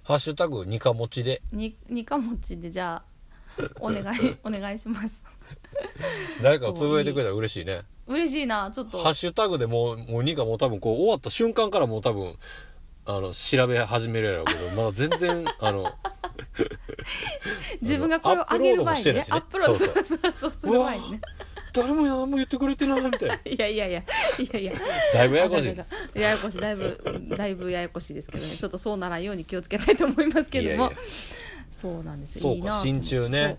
S1: ハッシュタグ二課持ちで
S2: ににかもちでじゃあお願いお願いします
S1: 誰かつぶやいてくれたら嬉しいね
S2: 嬉しいなちょっと
S1: ハッシュタグでもうもう二課もう多分こう終わった瞬間からもう多分あの調べ始めるやろうけどまだ全然あの
S2: 自分がこれを上げる前にね
S1: ア
S2: ア
S1: ッ
S2: ッ
S1: プ
S2: プ
S1: ロ
S2: ロ
S1: ー
S2: ー
S1: ドもして
S2: ド
S1: ないしね
S2: そうそうそうする前にね
S1: 誰も何も言ってくれてないみたいな
S2: いやいやいやいやいや
S1: だいぶややこしい
S2: なかなかややこしいだいぶだいぶややこしいですけどねちょっとそうならんように気をつけたいと思いますけども
S1: いやいや
S2: そうなんですよ
S1: そう
S2: いい
S1: か
S2: な
S1: 真鍮ね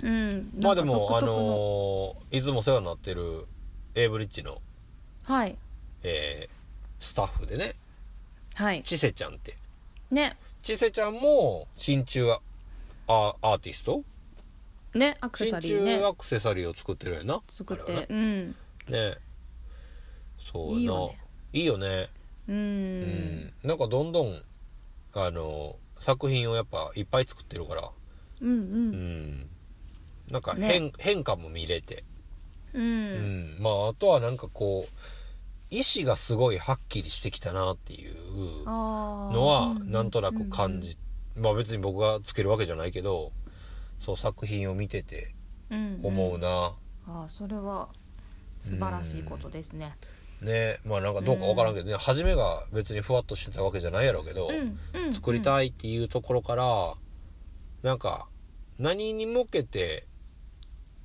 S2: そううん
S1: まあ
S2: な
S1: で
S2: んか独
S1: もあ
S2: 特の
S1: のーいつも世話になってるエイブリッジの、
S2: はい
S1: えースタッフでね
S2: はい
S1: ちせちゃんって
S2: ね
S1: ちせちゃんも真鍮アあアーティスト
S2: ねアクセサ
S1: 真
S2: リーね
S1: 鍮アクセサリーを作ってるやな
S2: 作っ
S1: あれは
S2: てうん
S1: なねそう
S2: いい
S1: や
S2: よ
S1: な
S2: ね
S1: いいよね
S2: う
S1: うんんなんかどんどんあのー作品をやっぱいっぱい作ってるから
S2: うんう
S1: うんんなんか
S2: ね
S1: 変,、変化も見れて
S2: う
S1: うんん、まああとはなんかこう意思がすごいはっきりしてきたなっていう
S2: あー
S1: のは
S2: うう
S1: なんとなく感じ、まあ別に僕がつけるわけじゃないけどそう作品を見てて
S2: うんうん
S1: 思うな、
S2: あーそれは素晴らしいことですね
S1: ねまあなんかどうかわからんけどね、初めが別にふわっとしてたわけじゃないやろうけど、
S2: うんうん
S1: 作り
S2: い
S1: たいっていうところからなんか何に向けて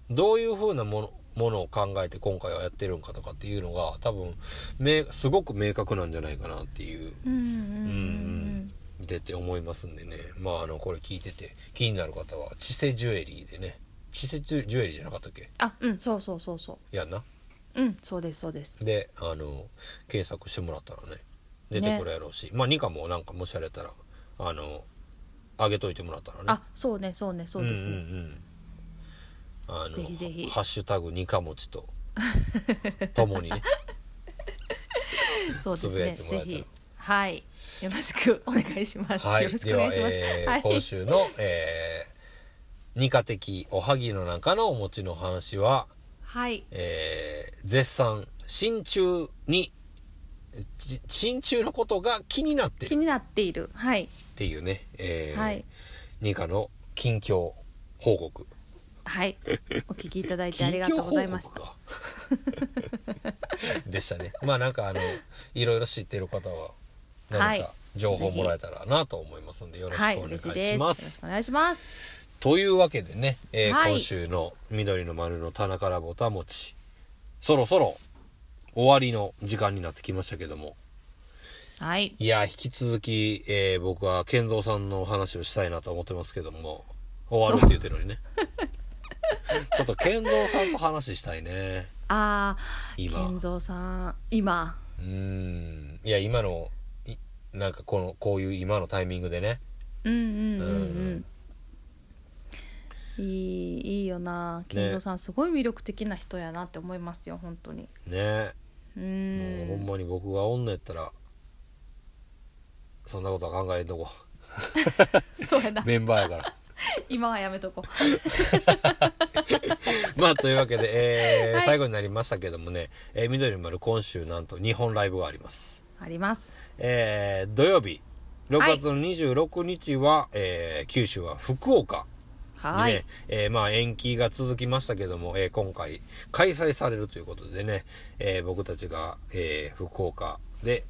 S1: どういうふうなものものを考えて今回はやってるんかとかっていうのが多分めすごく明確なんじゃないかなっていう
S2: うんう
S1: う
S2: ん
S1: んう
S2: うん
S1: ん出て思いますんでねまああのこれ聞いてて気になる方は知世ジュエリーでね知世ジュエリーじゃなかったっけ
S2: あうんそうそうそうそ
S1: やんな
S2: ううんそうですそうです
S1: であの検索してもらったらね出てくるやろうし、まあニカもなんかもしあれたらあの上げといてもらったらね
S2: あそうねそうねそうです
S1: ん
S2: ね
S1: んうんあの
S2: ぜひぜひ
S1: ハッシュタグニカモチと *laughs* ともにね
S2: そうです
S1: つぶやい
S2: ね
S1: てもらえ
S2: ぜ
S1: たら
S2: ひはいよろしくお願いします
S1: は
S2: よ
S1: い
S2: ろし
S1: で
S2: くお願
S1: は、
S2: いします
S1: えー
S2: はい
S1: 今週の、えー、ニカ的おはぎの中のお餅の話は、
S2: はい
S1: えー絶賛真鍮にち真鍮のことが気になって
S2: 気
S1: る
S2: になっているはい
S1: っていうね、えー
S2: はい
S1: ニカの近況報告
S2: はいお聞きいただいてあ
S1: 近
S2: りがと
S1: 況
S2: う
S1: 報
S2: ございまし
S1: 告
S2: た
S1: か
S2: *laughs*
S1: でしたねまあなんかあのいろいろ知っている方は
S2: は
S1: 何
S2: い
S1: か情報もらえたらなと思いますんでよろしく
S2: はい
S1: お願い
S2: 嬉しい
S1: し
S2: ですよ
S1: ま
S2: ろ
S1: す
S2: しく。お願いします
S1: というわけでね、えー
S2: はい
S1: 今週の「緑の丸の棚からぼたもち」そろそろ終わりの時間になってきましたけども
S2: はい
S1: いや引き続き、えー僕は健三さんのお話をしたいなと思ってますけども終わるって言ってるのに
S2: *laughs*
S1: ねちょっと健三さんと話したいね
S2: あー
S1: 今。
S2: 健三さん今
S1: うーんいや今のいなんかこのこういう今のタイミングでね
S2: うんうんうん
S1: うん
S2: うんいいいいよな健三さん、すごい魅力的な人やなって思いますよ本当に
S1: ね、
S2: う
S1: もうほん
S2: ん
S1: まに僕が女やったらそんなことは考えんとこ
S2: そうやな
S1: *laughs* メンバーやから
S2: 今はやめとこう
S1: *laughs* まあというわけで、えー
S2: はい
S1: 最後になりましたけどもね「えー、緑の丸」今週なんと2本ライブがあります、
S2: あります
S1: えー土曜日6月の26日は、えー九州は福岡
S2: は
S1: で
S2: い
S1: ね、えーまあ延期が続きましたけども、えー今回開催されるということでね、えー僕たちが、えー福岡で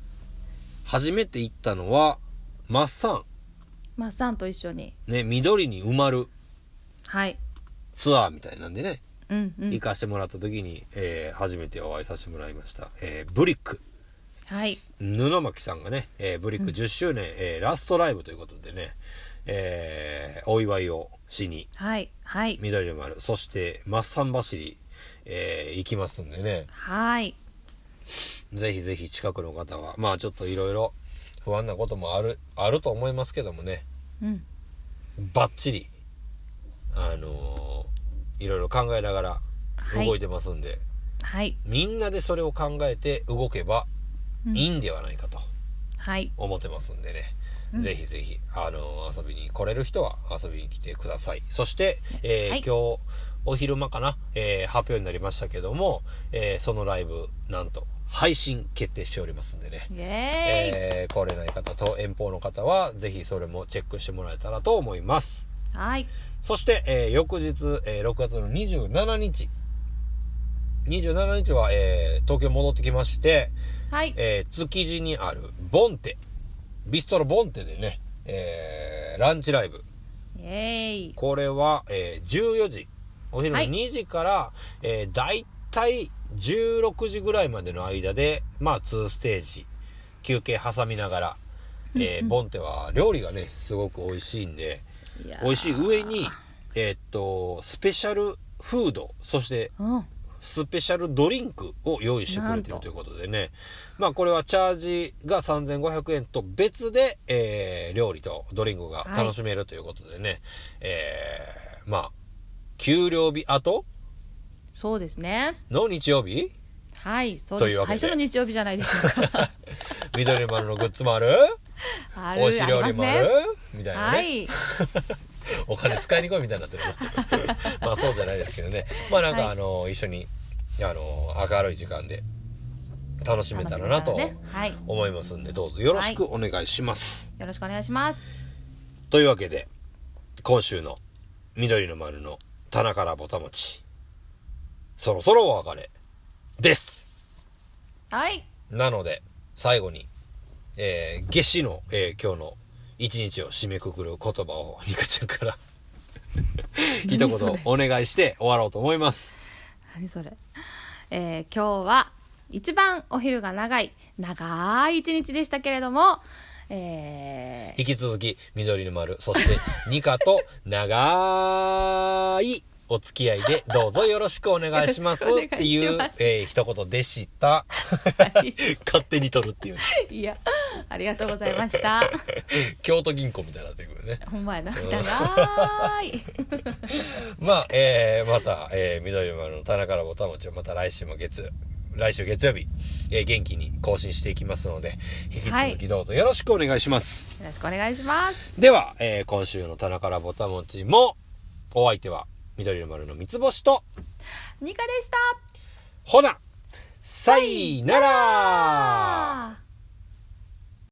S1: 初めて行ったのはマッサ
S2: マッサンと一緒に
S1: ン、ね、緑に埋まる
S2: はい
S1: ツアーみたいなんでね、
S2: うんう
S1: 行
S2: ん
S1: かしてもらった時に、えー初めてお会いさせてもらいました、えーブリック
S2: はい
S1: 布巻さんがね、えーブリック10周年、えーラストライブということでね、えーお祝いをしに
S2: はいはい
S1: 緑の丸そしてマッサン走り、えー行きますんでね
S2: はい
S1: ぜひぜひ近くの方はまあちょっといろいろ不安なこともあるあると思いますけどもね
S2: うん
S1: バッチリあのーいろいろ考えながら
S2: はい
S1: 動いてますんで、
S2: はい
S1: みんなでそれを考えて動けば
S2: うん
S1: いいんではないかと
S2: はい
S1: 思ってますんでね、ぜひぜひ、あのー遊びに来れる人は遊びに来てくださいそして、えー
S2: はい
S1: 今日お昼間かな、えー発表になりましたけども、えーそのライブなんと配信決定しておりますんでね、
S2: イエーイ、
S1: えー来れない方と遠方の方はぜひそれもチェックしてもらえたらと思います
S2: はい
S1: そして、えー翌日、えー6月の27日27日は、えー東京戻ってきまして、
S2: はい
S1: えー築地にあるボンテビストロボンテでね、えーランチライブ
S2: イエーイ
S1: これは、えー14時お昼の
S2: はい
S1: 2時から、えー、大体16時ぐらいまでの間で、まあ、2ステージ、休憩挟みながら、えーボンテは料理がね、すごく美味しいんで、
S2: いやー
S1: 美味しい上に、えーっと、スペシャルフード、そして
S2: うん
S1: スペシャルドリンクを用意してくれて
S2: な
S1: る
S2: んと
S1: ということでね。まあこれはチャージが3500円と別で、えー料理とドリンクが楽しめるということでね。えーまあ、給料日後
S2: そうですね
S1: の日曜日
S2: はいそう
S1: と
S2: で
S1: い
S2: す
S1: うわけ
S2: 最
S1: で
S2: 初の日曜日じゃないでしょ
S1: *laughs*
S2: うか
S1: 緑丸のグッズもある
S2: ある
S1: 美味しい料
S2: あ
S1: 理
S2: り
S1: も
S2: ま
S1: あ
S2: す
S1: る
S2: ね
S1: みたいなね。
S2: はい
S1: お金使いに来いみたいになってる
S2: *laughs*
S1: なまあそうじゃないですけどねまあなん
S2: は
S1: か
S2: い
S1: あの、一緒にあの明るい時間で楽しめたらなと
S2: 楽しめたらねはい
S1: 思いますんでどうぞよろしくお願いします、
S2: よろしくお願いします
S1: というわけで今週の「緑の丸の棚からぼたもち」そろそろお別れです
S2: はい
S1: なので最後に、えー、夏至の、えー今日の一日を締めくくる言葉をニカちゃんから *laughs* 一言
S2: 何それ
S1: お願いして終わろうと思います。
S2: 何それ、えー今日は一番お昼が長い長い一日でしたけれども、えー
S1: 引き続き緑の丸そしてニカと長いお付き合いでどうぞよろしくお願いします
S2: よろし
S1: っ
S2: く
S1: て
S2: お願い
S1: い
S2: し
S1: う
S2: ます
S1: えー一言でした。 *laughs* 勝手に取るっていうね、 *laughs*
S2: いやありがとうございました
S1: 京都銀行みたいになってくるね。
S2: ほんまやな
S1: うん
S2: 長い
S1: まあ、えーまた、えー、緑の丸の棚からぼたもちをまた来週も月、来週月曜日、えー元気に更新していきますので、引き続きどうぞよろしくお願いします。
S2: よろしくお願いします
S1: では、えー今週の棚からぼたもちも、お相手は、緑の丸の三つ星と、
S2: ニカでし
S1: ほな、さいなら
S2: た